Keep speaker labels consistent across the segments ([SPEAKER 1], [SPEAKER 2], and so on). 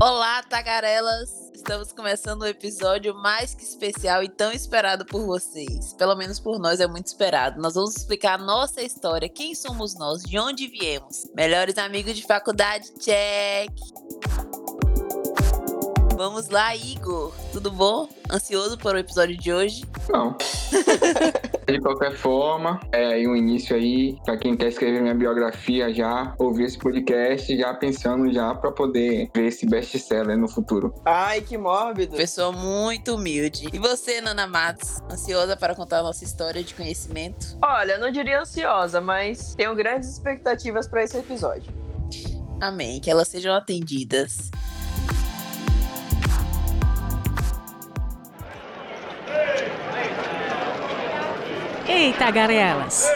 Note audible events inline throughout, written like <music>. [SPEAKER 1] Olá, tagarelas! Estamos começando o episódio mais que especial e tão esperado por vocês. Pelo menos por nós é muito esperado. Nós vamos explicar a nossa história, quem somos nós, de onde viemos. Melhores amigos de faculdade, check! Vamos lá, Igor! Tudo bom? Ansioso para o episódio de hoje?
[SPEAKER 2] Não. De qualquer forma, é e um início aí pra quem quer escrever minha biografia já, ouvir esse podcast já pensando já pra poder ver esse best-seller no futuro.
[SPEAKER 3] Ai, que mórbido.
[SPEAKER 1] Pessoa muito humilde. E você, Nana Matos? Ansiosa para contar a nossa história de conhecimento?
[SPEAKER 3] Olha, não diria ansiosa, mas tenho grandes expectativas pra esse episódio.
[SPEAKER 1] Amém, que elas sejam atendidas.
[SPEAKER 4] Ei, tagarelas!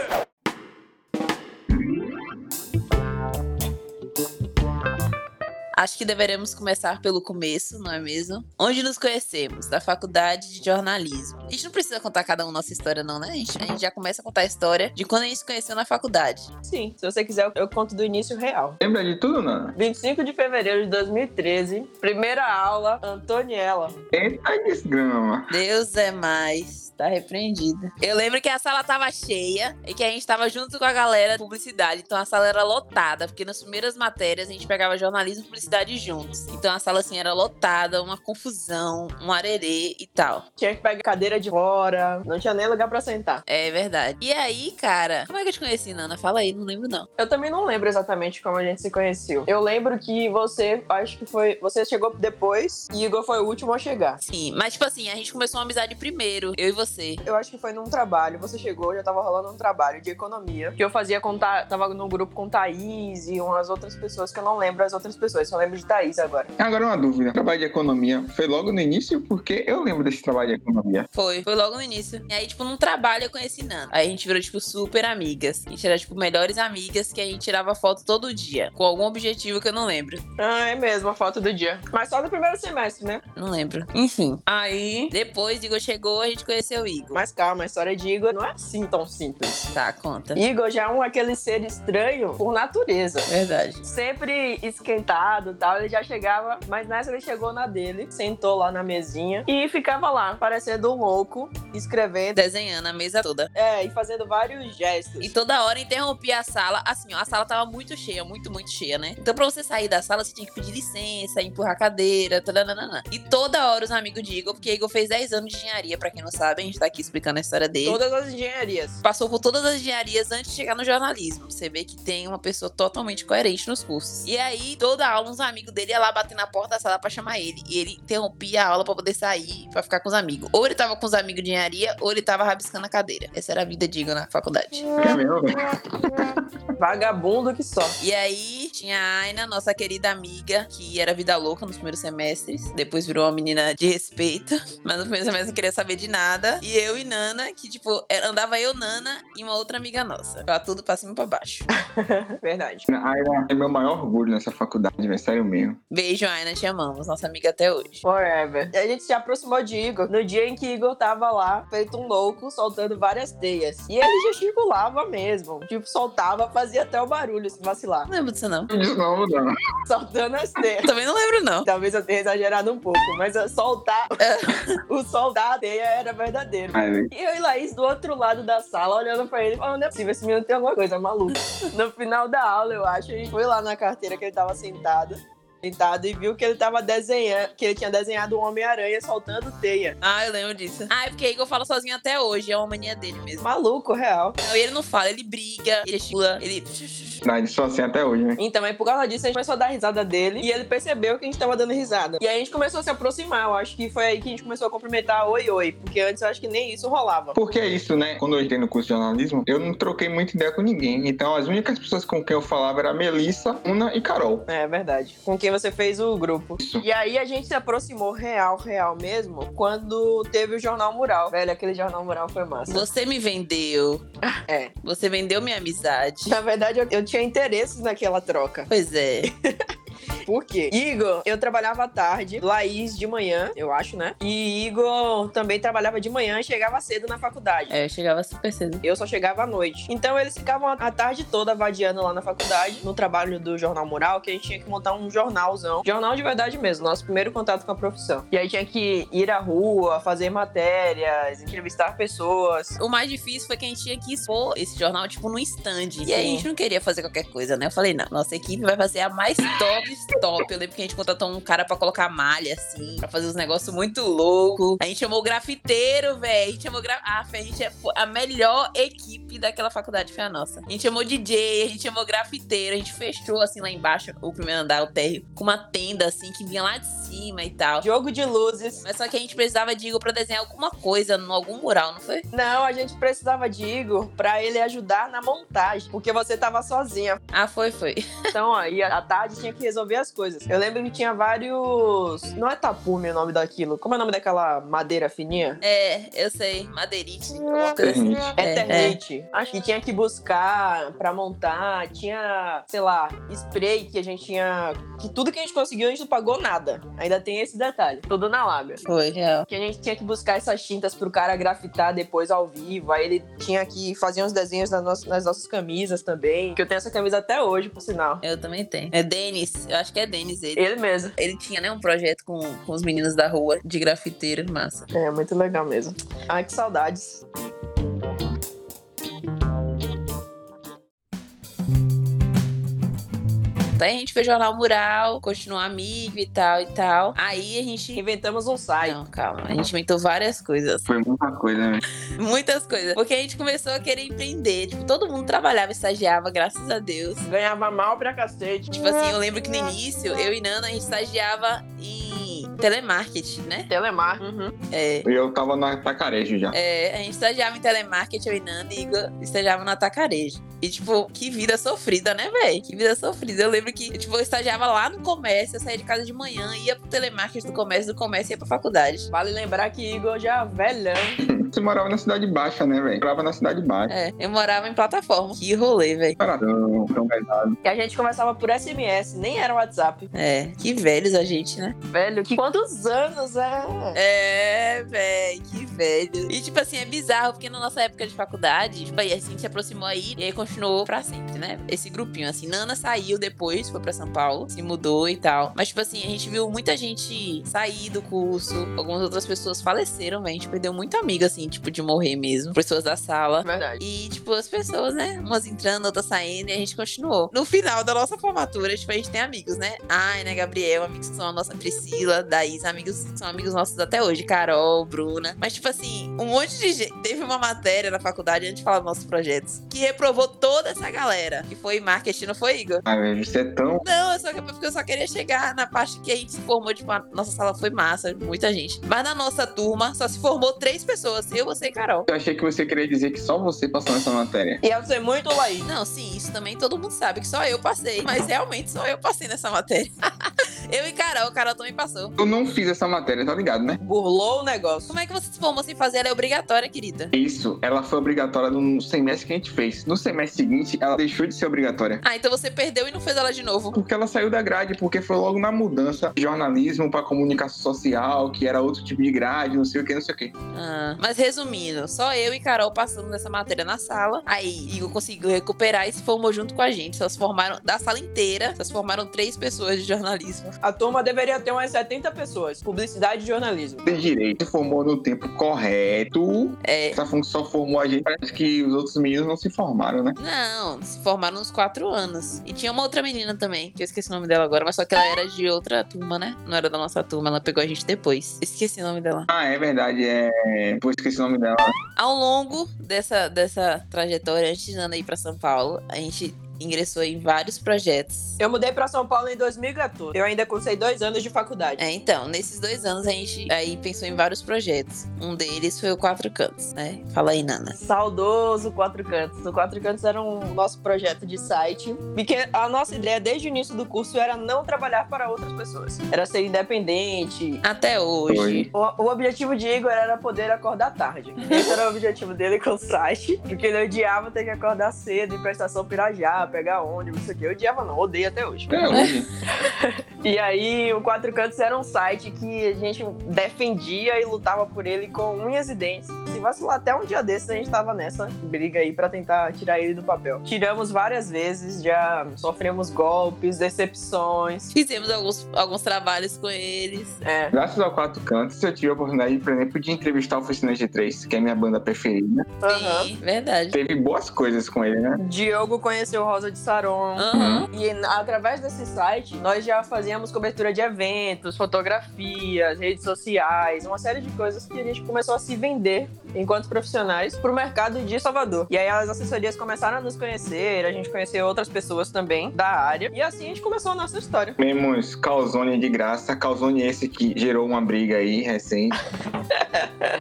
[SPEAKER 1] Acho que deveremos começar pelo começo, não é mesmo? Onde nos conhecemos? Da faculdade de jornalismo. A gente não precisa contar cada um nossa história, não, né? A gente, a gente já começa a contar a história de quando a gente se conheceu na faculdade.
[SPEAKER 3] Sim, se você quiser, eu conto do início real.
[SPEAKER 2] Lembra de tudo, Nana?
[SPEAKER 3] 25 de fevereiro de 2013, primeira aula, Antoniela.
[SPEAKER 2] Eita desgrama.
[SPEAKER 1] Deus é mais. Tá repreendida. Eu lembro que a sala tava cheia e que a gente tava junto com a galera de publicidade. Então a sala era lotada, porque nas primeiras matérias a gente pegava jornalismo e publicidade juntos. Então a sala assim era lotada, uma confusão, um arerê e tal.
[SPEAKER 3] Tinha que pegar cadeira de fora, não tinha nem lugar pra sentar.
[SPEAKER 1] É verdade. E aí, cara, como é que eu te conheci, Nana? Fala aí, não lembro não.
[SPEAKER 3] Eu também não lembro exatamente como a gente se conheceu. Eu lembro que você, acho que foi, você chegou depois e Igor foi o último a chegar.
[SPEAKER 1] Sim, mas tipo assim, a gente começou uma amizade primeiro, eu e você.
[SPEAKER 3] Eu acho que foi num trabalho, você chegou, já tava rolando um trabalho de economia, que eu fazia com, Ta- tava no grupo com Thaís e umas outras pessoas que eu não lembro as outras pessoas, só lembro de Thaís agora.
[SPEAKER 2] Agora uma dúvida. Trabalho de economia foi logo no início? Porque eu lembro desse trabalho de economia.
[SPEAKER 1] Foi, foi logo no início. E aí, tipo, num trabalho eu conheci Nana. Aí a gente virou, tipo, super amigas. A gente era, tipo, melhores amigas que a gente tirava foto todo dia, com algum objetivo que eu não lembro.
[SPEAKER 3] Ah, é mesmo, a foto do dia. Mas só do primeiro semestre, né?
[SPEAKER 1] Não lembro. Enfim. Aí, depois Igor chegou, a gente conheceu o Igor.
[SPEAKER 3] Mas calma, a história de Igor não é assim tão simples.
[SPEAKER 1] Tá, conta.
[SPEAKER 3] Igor já é um aquele ser estranho por natureza.
[SPEAKER 1] Verdade.
[SPEAKER 3] Sempre esquentado e tal, ele já chegava, mas nessa ele chegou na dele, sentou lá na mesinha e ficava lá, parecendo um louco, escrevendo
[SPEAKER 1] Desenhando a mesa toda.
[SPEAKER 3] é, e fazendo vários gestos.
[SPEAKER 1] E toda hora interrompia a sala. Assim, ó, a sala tava muito cheia, muito, muito cheia, né? Então, pra você sair da sala, você tinha que pedir licença, empurrar a cadeira, taranana. E toda hora os amigos de Igor, porque Igor fez 10 anos de engenharia, pra quem não sabe, a gente tá aqui explicando a história dele.
[SPEAKER 3] Todas as engenharias.
[SPEAKER 1] passou por todas as engenharias antes de chegar no jornalismo. Você vê que tem uma pessoa totalmente coerente nos cursos. E aí, toda aula, uns amigos dele ia lá bater na porta da sala pra chamar ele. E ele interrompia a aula pra poder sair, pra ficar com os amigos. Ou ele tava com os amigos de engenharia, ou ele tava rabiscando a cadeira. Essa era a vida de Igor na faculdade.
[SPEAKER 2] É meu, velho.
[SPEAKER 3] Vagabundo que só. <laughs>
[SPEAKER 1] E aí, tinha a Aina, nossa querida amiga, que era vida louca nos primeiros semestres. Depois virou uma menina de respeito. <laughs> Mas no primeiro semestre não queria saber de nada. E eu e Nana, que, tipo, era- andava eu, Nana e uma outra amiga nossa. Pra tudo pra cima e pra baixo.
[SPEAKER 3] Verdade.
[SPEAKER 2] Aira é meu maior orgulho nessa faculdade, velho. Sério mesmo.
[SPEAKER 1] Beijo, Aina, te amamos, nossa amiga até hoje.
[SPEAKER 3] Forever. A gente se aproximou de Igor no dia em que Igor tava lá, feito um louco, soltando várias teias. E ele gesticulava mesmo. Tipo, soltava, fazia até o barulho se vacilar.
[SPEAKER 1] Não lembro disso, não.
[SPEAKER 2] Não diz não, não.
[SPEAKER 3] Soltando as teias.
[SPEAKER 1] Também não lembro, não.
[SPEAKER 3] Talvez eu tenha exagerado um pouco, mas eu <laughs> soltar. o soltar a teia era verdadeiro.
[SPEAKER 2] Ai, velho.
[SPEAKER 3] E eu e Laís do outro lado da sala, olhando pra ele, falando, não é possível, esse menino tem alguma coisa maluca. No final da aula, eu acho, a gente foi lá na carteira que ele tava sentado, sentado e viu que ele tava desenhando, que ele tinha desenhado um Homem-Aranha soltando teia.
[SPEAKER 1] Ah, eu lembro disso. Ah, é porque Igor fala sozinho até hoje, é uma mania dele mesmo.
[SPEAKER 3] Maluco, real.
[SPEAKER 1] Não, ele não fala, ele briga, ele pula, ele.
[SPEAKER 2] Verdade, sou assim até hoje, né?
[SPEAKER 3] Então, aí por causa disso, a gente começou a dar risada dele e ele percebeu que a gente tava dando risada. E aí a gente começou a se aproximar, eu acho que foi aí que a gente começou a cumprimentar oi, oi, porque antes eu acho que nem isso rolava.
[SPEAKER 2] Porque é isso, né? Quando eu entrei no curso de jornalismo, eu não troquei muita ideia com ninguém. Então, as únicas pessoas com quem eu falava era Melissa, Una e Carol.
[SPEAKER 3] É verdade. Com quem você fez o grupo. E aí a gente se aproximou real, real mesmo, quando teve o Jornal Mural. Velho, aquele Jornal Mural foi massa.
[SPEAKER 1] Você me vendeu.
[SPEAKER 3] É.
[SPEAKER 1] Você vendeu minha amizade.
[SPEAKER 3] Na verdade, eu, eu tinha interesses naquela troca.
[SPEAKER 1] Pois é.
[SPEAKER 3] Por quê? Igor, eu trabalhava à tarde, Laís de manhã, eu acho, né? E Igor também trabalhava de manhã e chegava cedo na faculdade.
[SPEAKER 1] É, eu chegava super cedo.
[SPEAKER 3] Eu só chegava à noite. Então eles ficavam a- a tarde toda vadiando lá na faculdade, no trabalho do Jornal Mural, que a gente tinha que montar um jornalzão. Jornal de verdade mesmo, nosso primeiro contato com a profissão. E aí tinha que ir à rua, fazer matérias, entrevistar pessoas.
[SPEAKER 1] O mais difícil foi que a gente tinha que expor esse jornal, tipo, num stand. E aí a
[SPEAKER 3] Sim.
[SPEAKER 1] gente não queria fazer qualquer coisa, né? Eu falei, não, nossa equipe vai fazer a mais top, top. Eu lembro que a gente contratou um cara pra colocar malha, assim, pra fazer uns negócios muito loucos. A gente chamou o grafiteiro, velho. A gente chamou gra... Ah, fé, a gente é fo- a melhor equipe daquela faculdade, foi a nossa. A gente chamou DJ, a gente chamou grafiteiro, a gente fechou, assim, lá embaixo, o primeiro andar, o térreo, com uma tenda, assim, que vinha lá de cima e tal.
[SPEAKER 3] Jogo de luzes.
[SPEAKER 1] Mas só que a gente precisava de Igor pra desenhar alguma coisa, em algum mural, não foi?
[SPEAKER 3] Não, a gente precisava de Igor pra ele ajudar na montagem, porque você tava sozinha.
[SPEAKER 1] Ah, foi, foi. <laughs>
[SPEAKER 3] Então, aí à tarde tinha que resolver as coisas. Eu lembro que tinha vários. Não é tapume o nome daquilo. Como é o nome daquela madeira fininha?
[SPEAKER 1] É, eu sei. Madeirite, alguma coisa assim.
[SPEAKER 2] Eternite.
[SPEAKER 1] É,
[SPEAKER 3] Eternite. Acho que tinha que buscar pra montar. Tinha, sei lá, spray que a gente tinha. Que tudo que a gente conseguiu a gente não pagou nada. Ainda tem esse detalhe. Tudo na lábia.
[SPEAKER 1] Foi, real.
[SPEAKER 3] Que a gente tinha que buscar essas tintas pro cara grafitar depois ao vivo. Aí ele tinha que fazer uns desenhos nas nossas, nas nossas camisas também. Que eu tenho essa camisa até hoje, por sinal.
[SPEAKER 1] Eu também tenho. É Denis, eu acho que é Denis ele.
[SPEAKER 3] Ele mesmo.
[SPEAKER 1] Ele tinha, né, um projeto com, com os meninos da rua de grafiteiro, massa.
[SPEAKER 3] É, muito legal mesmo. Ai, que saudades.
[SPEAKER 1] Daí Então, a gente fez jornal mural, continuou amigo e tal e tal. Aí a gente.
[SPEAKER 3] Inventamos um site.
[SPEAKER 1] Não, calma. A gente inventou várias coisas.
[SPEAKER 2] Foi muita coisa, né?
[SPEAKER 1] Muitas coisas. Porque a gente começou a querer empreender. Tipo, todo mundo trabalhava, estagiava, graças a Deus.
[SPEAKER 3] Ganhava mal pra cacete.
[SPEAKER 1] Tipo assim, eu lembro que no início, eu e Nana, a gente estagiava em telemarketing, né?
[SPEAKER 3] Telemar.
[SPEAKER 1] É.
[SPEAKER 2] Eu tava no atacarejo já.
[SPEAKER 1] É, a gente estagiava em telemarketing, eu e Nanda e Igor estagiava no atacarejo. E, tipo, que vida sofrida, né, velho? Que vida sofrida. Eu lembro que, tipo, eu estagiava lá no comércio, eu saía de casa de manhã, ia pro telemarketing do comércio, do comércio ia pra faculdade.
[SPEAKER 3] Vale lembrar que Igor já é velhão.
[SPEAKER 2] Você morava na Cidade Baixa, né, velho? Morava na Cidade Baixa.
[SPEAKER 1] É, eu morava em plataforma. Que rolê, velho.
[SPEAKER 2] Era tão, tão pesado.
[SPEAKER 3] E a gente conversava por SMS, nem era WhatsApp.
[SPEAKER 1] É, que velhos a gente, né?
[SPEAKER 3] Velho, que quantos anos é?
[SPEAKER 1] É, velho, que velho. E, tipo assim, é bizarro, porque na nossa época de faculdade, tipo, aí a gente se aproximou aí e aí continuou pra sempre, né? Esse grupinho, assim. Nana saiu depois, foi pra São Paulo, se mudou e tal. Mas, tipo assim, a gente viu muita gente sair do curso, algumas outras pessoas faleceram, velho. A gente perdeu muito amigo, assim, tipo, de morrer mesmo. Pessoas da sala.
[SPEAKER 3] Verdade.
[SPEAKER 1] E, tipo, as pessoas, né? Umas entrando, outras saindo, e a gente continuou. No final da nossa formatura, tipo, a gente tem amigos, né? Ai, né, Gabriel, amigos que são a nossa Priscila, Daís, amigos que são amigos nossos até hoje, Carol, Bruna. Mas, tipo assim, um monte de gente. Teve uma matéria na faculdade antes de falar dos nossos projetos que reprovou toda essa galera. Que foi marketing, não foi, Igor?
[SPEAKER 2] Ah, velho, você é tão.
[SPEAKER 1] Não, eu só, porque eu só queria chegar na parte que a gente se formou, tipo, a nossa sala foi massa, muita gente. Mas na nossa turma só se formou três pessoas, eu, você e Carol.
[SPEAKER 2] Eu achei que você queria dizer que só você passou nessa matéria.
[SPEAKER 3] E eu sei muito Laís.
[SPEAKER 1] Não, sim, isso também todo mundo sabe que só eu passei. <laughs> Mas realmente só eu passei nessa matéria. <laughs> eu e Carol, Carol também passou.
[SPEAKER 2] Eu não fiz essa matéria, tá ligado, né?
[SPEAKER 3] Burlou o negócio.
[SPEAKER 1] Como é que você se formou sem fazer? Ela é obrigatória, querida.
[SPEAKER 2] Isso, ela foi obrigatória no semestre que a gente fez. No semestre seguinte, ela deixou de ser obrigatória.
[SPEAKER 1] Ah, então você perdeu e não fez ela de novo.
[SPEAKER 2] Porque ela saiu da grade, porque foi logo na mudança de jornalismo pra comunicação social, que era outro tipo de grade, não sei o que, não sei o que.
[SPEAKER 1] Ah, mas resumindo, só eu e Carol passando nessa matéria na sala. Aí Igor conseguiu recuperar e se formou junto com a gente. Elas formaram da sala inteira, elas formaram três pessoas de jornalismo.
[SPEAKER 3] A turma deveria ter umas 70 pessoas. Publicidade e jornalismo.
[SPEAKER 2] Tem direito, se formou no tempo correto.
[SPEAKER 1] É.
[SPEAKER 2] Essa função formou a gente, parece que os outros meninos não se formaram, né?
[SPEAKER 1] Não, se formaram nos quatro anos. E tinha uma outra menina também, que eu esqueci o nome dela agora, mas só que ela era de outra turma, né? Não era da nossa turma, ela pegou a gente depois. Esqueci o nome dela.
[SPEAKER 2] Ah, é verdade, é. Pô, esqueci o nome dela.
[SPEAKER 1] Ao longo dessa, dessa trajetória, antes de Nana ir pra São Paulo, a gente ingressou em vários projetos.
[SPEAKER 3] Eu mudei pra São Paulo em 2014. Eu ainda cursei dois anos de faculdade.
[SPEAKER 1] É, então, nesses dois anos a gente aí pensou em vários projetos. Um deles foi o Quatro Cantos, né? Fala aí, Nana.
[SPEAKER 3] Saudoso Quatro Cantos. O Quatro Cantos era um nosso projeto de site. Porque a nossa ideia desde o início do curso era não trabalhar para outras pessoas. Era ser independente.
[SPEAKER 1] Até hoje.
[SPEAKER 2] Hoje.
[SPEAKER 3] O, o objetivo de Igor era poder acordar tarde. Esse era o objetivo dele com o site. Porque ele odiava ter que acordar cedo em prestação pirajá, pegar ônibus, isso aqui. Eu odiava, não, odeio até hoje.
[SPEAKER 2] Até É, hoje.
[SPEAKER 3] E aí, o Quatro Cantos era um site que a gente defendia e lutava por ele com unhas e dentes. Se vacilar até um dia desses, a gente tava nessa briga aí pra tentar tirar ele do papel. Tiramos várias vezes, já sofremos golpes, decepções.
[SPEAKER 1] Fizemos alguns, alguns trabalhos com eles.
[SPEAKER 3] É,
[SPEAKER 2] Graças ao Quatro Cantos, eu tive a oportunidade, por exemplo, de entrevistar o Oficina G3, que é a minha banda preferida.
[SPEAKER 3] aham.
[SPEAKER 1] Sim, verdade.
[SPEAKER 2] Teve boas coisas com ele, né?
[SPEAKER 3] Diogo conheceu Rosa de Saron.
[SPEAKER 1] Aham.
[SPEAKER 3] E na- através desse site, nós já fazíamos cobertura de eventos, fotografias, redes sociais, uma série de coisas que a gente começou a se vender enquanto profissionais pro mercado de Salvador. E aí as assessorias começaram a nos conhecer, a gente conheceu outras pessoas também da área. E assim a gente começou a nossa história.
[SPEAKER 2] Memos calzone de graça, calzone esse que gerou uma briga aí recente.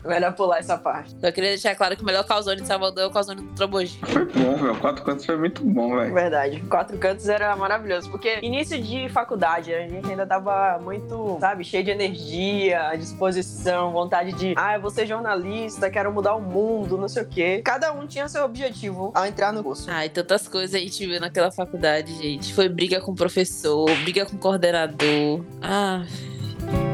[SPEAKER 3] Melhor pular essa parte.
[SPEAKER 1] Só queria deixar claro que o melhor calzone de Salvador é o calzone do Trobogi.
[SPEAKER 2] Foi bom, velho. Quatro Cantos foi muito bom, velho.
[SPEAKER 3] Verdade. Quatro Cantos era maravilhoso, porque início de faculdade, a gente ainda tava muito, sabe, cheio de energia, disposição, vontade de, ah, eu vou ser jornalista, quero mudar o mundo, não sei o quê. Cada um tinha seu objetivo ao entrar no curso.
[SPEAKER 1] Ai, tantas coisas a gente viu naquela faculdade, gente. Foi briga com o professor, briga com o coordenador. Ah.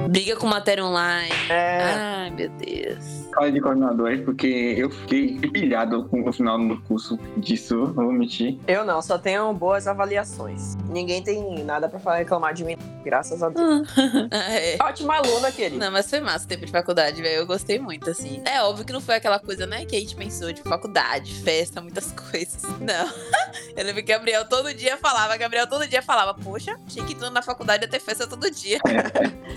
[SPEAKER 1] Briga com matéria online.
[SPEAKER 3] É,
[SPEAKER 1] Ai, meu Deus. <laughs>
[SPEAKER 2] Fala de coordenador aí, porque eu fiquei pilhado com o final do curso disso, não vou mentir.
[SPEAKER 3] eu não, só tenho boas avaliações. Ninguém tem nada pra falar- reclamar de mim, graças a Deus.
[SPEAKER 1] Ah, é.
[SPEAKER 3] Ótima aluna, querida.
[SPEAKER 1] Não, mas foi massa o tempo de faculdade, velho. Eu gostei muito, assim. É óbvio que não foi aquela coisa, né, que a gente pensou de faculdade, festa, muitas <laughs> coisas. Não. Eu lembro que Gabriel todo dia falava, Gabriel todo dia falava, poxa, achei que entrando na faculdade ia ter festa todo dia.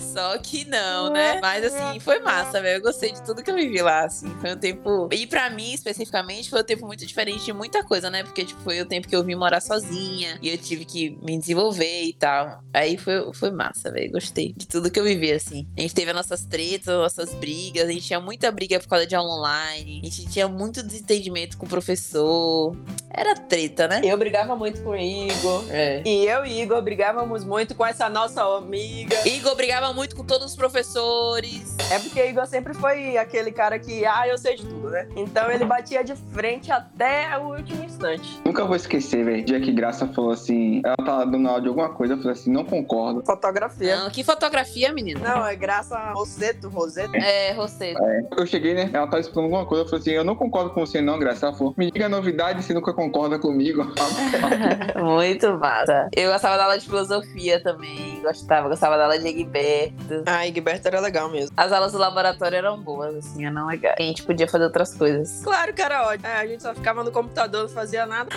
[SPEAKER 1] Só que não, né? Mas assim, foi massa, velho. Eu gostei de tudo que eu vivi lá, assim. Foi um tempo. E pra mim, especificamente, foi um tempo muito diferente de muita coisa, né? Porque, tipo, foi o tempo que eu vim morar sozinha e eu tive que me desenvolver e tal. Aí foi, foi massa, velho. Gostei de tudo que eu vivi, assim. A gente teve as nossas tretas, as nossas brigas. A gente tinha muita briga por causa de aula online. A gente tinha muito desentendimento com o professor. Era treta, né?
[SPEAKER 3] Eu brigava muito com o Igor.
[SPEAKER 1] É.
[SPEAKER 3] E eu e Igor brigávamos muito com essa nossa amiga.
[SPEAKER 1] Igor brigava muito com todos os professores.
[SPEAKER 3] É porque Igor sempre foi aquele cara que, ah, eu sei de tudo, né? Então ele batia de frente até o último instante.
[SPEAKER 2] Nunca vou esquecer, velho. Dia que Graça falou assim, ela tava dando aula de alguma coisa, eu falei assim, não concordo.
[SPEAKER 3] Fotografia.
[SPEAKER 1] Não, que fotografia, menina.
[SPEAKER 3] Não, é graça a Roseto, Roseto.
[SPEAKER 1] É, você.
[SPEAKER 2] Eu cheguei, né? Ela tava explicando alguma coisa, eu falei assim, eu não concordo com você não, Graça. Ela falou, me diga a novidade, você nunca concorda comigo. <laughs>
[SPEAKER 1] É, Muito massa. Eu gostava da aula de filosofia também. Gostava, gostava da aula de Egberto.
[SPEAKER 3] Ah, Egberto era legal mesmo.
[SPEAKER 1] As aulas do laboratório eram boas, assim, eram legais. A gente podia fazer outras coisas.
[SPEAKER 3] Claro que era ótimo. É, a gente só ficava no computador, não fazia nada.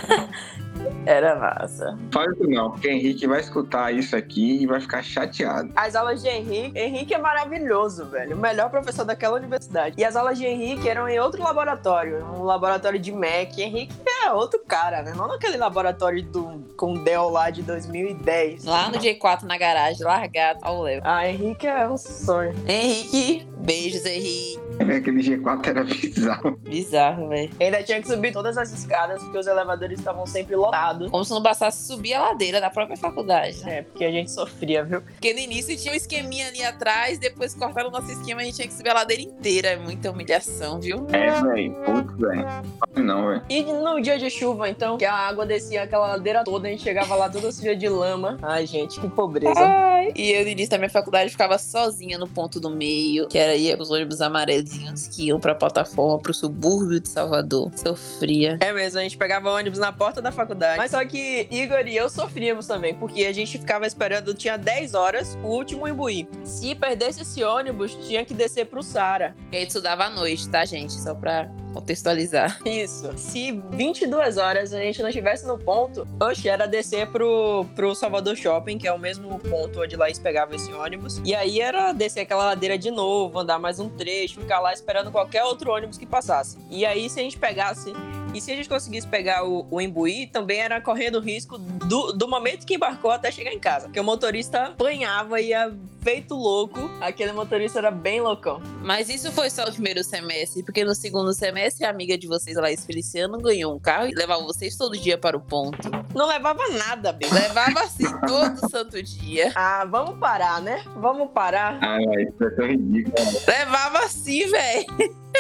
[SPEAKER 1] Era massa.
[SPEAKER 2] Fala isso não, porque Henrique vai escutar isso aqui e vai ficar chateado.
[SPEAKER 3] As aulas de Henrique. Henrique é maravilhoso, velho. O melhor professor daquela universidade. E as aulas de Henrique eram em outro laboratório. Um laboratório de Mac. Henrique é outro cara, né? Não naquele laboratório do, com Dell lá de 2010.
[SPEAKER 1] Lá no G4, na garagem, largado ao Léo.
[SPEAKER 3] Ah, Henrique é um sonho.
[SPEAKER 1] Henrique, beijos, Henrique.
[SPEAKER 2] É, Aquele G4 era bizarro.
[SPEAKER 1] Bizarro, velho.
[SPEAKER 3] Ainda tinha que subir todas as escadas, porque os elevadores estavam sempre lotados.
[SPEAKER 1] Como se não bastasse subir a ladeira da própria faculdade, né?
[SPEAKER 3] É, porque a gente sofria, viu?
[SPEAKER 1] Porque no início tinha um esqueminha ali atrás, depois cortaram o nosso esquema, a gente tinha que subir a ladeira inteira. É muita humilhação, viu?
[SPEAKER 2] É, velho. Puto, velho. Não, velho.
[SPEAKER 3] E no dia de chuva, então, que a água descia aquela ladeira toda, a gente chegava lá toda suja de lama. Ai, gente, que pobreza.
[SPEAKER 1] E eu, no início da minha faculdade, ficava sozinha no ponto do meio, que era ia os ônibus amarelinhos que iam pra plataforma, pro subúrbio de Salvador. Sofria.
[SPEAKER 3] É mesmo, a gente pegava ônibus na porta da faculdade. Mas só que Igor e eu sofríamos também, porque a gente ficava esperando, tinha 10 horas, o último imbuí. Se perdesse esse ônibus, tinha que descer pro Sara.
[SPEAKER 1] E aí estudava à noite, tá, gente? Só pra contextualizar.
[SPEAKER 3] Isso. Se 22 horas a gente não estivesse no ponto, oxe, era descer pro, pro Salvador Shopping, que é o mesmo ponto onde Laís pegava esse ônibus. E aí era descer aquela ladeira de novo, andar mais um trecho, ficar lá esperando qualquer outro ônibus que passasse. E aí, se a gente pegasse. E se a gente conseguisse pegar o, o Imbuí, também era correndo o risco do, do momento que embarcou até chegar em casa. Porque o motorista apanhava e ia feito louco. Aquele motorista era bem loucão.
[SPEAKER 1] Mas isso foi só o primeiro semestre, porque no segundo semestre a amiga de vocês, Laís Feliciano, ganhou um carro e levava vocês todo dia para o ponto.
[SPEAKER 3] Não levava nada, bem.
[SPEAKER 1] Levava assim todo <laughs> santo dia.
[SPEAKER 3] Ah, vamos parar, né? Vamos parar.
[SPEAKER 2] Ah, velho, isso é tão ridículo.
[SPEAKER 1] Levava assim, velho.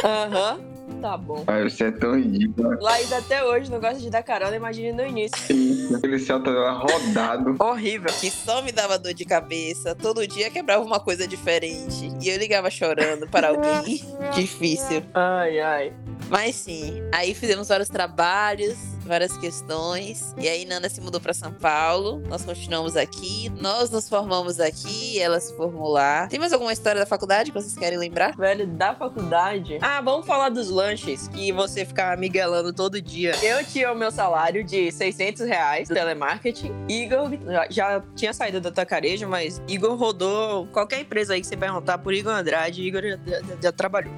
[SPEAKER 3] Aham. tá bom.
[SPEAKER 2] Ai, você é tão ridículo.
[SPEAKER 3] Laís até hoje não gosta de dar carona, imagine no início.
[SPEAKER 2] Isso. Aquele Celta lá é rodado.
[SPEAKER 3] Horrível.
[SPEAKER 1] Que só me dava dor de cabeça. Todo dia quebrava uma coisa diferente. E eu ligava chorando para alguém. <laughs> Difícil.
[SPEAKER 3] Ai, ai.
[SPEAKER 1] Mas sim, aí fizemos vários trabalhos, várias questões. E aí Nana se mudou para São Paulo. Nós continuamos aqui. Nós nos formamos aqui, ela se formou lá. Tem mais alguma história da faculdade que vocês querem lembrar?
[SPEAKER 3] Velho, da faculdade. Ah, vamos falar dos lanches que você ficava miguelando todo dia. Eu tinha o meu salário de 600 reais do telemarketing. Igor já- já tinha saído da tacareja, mas Igor rodou qualquer empresa aí que você perguntar por Igor Andrade, Igor já, já- já trabalhou.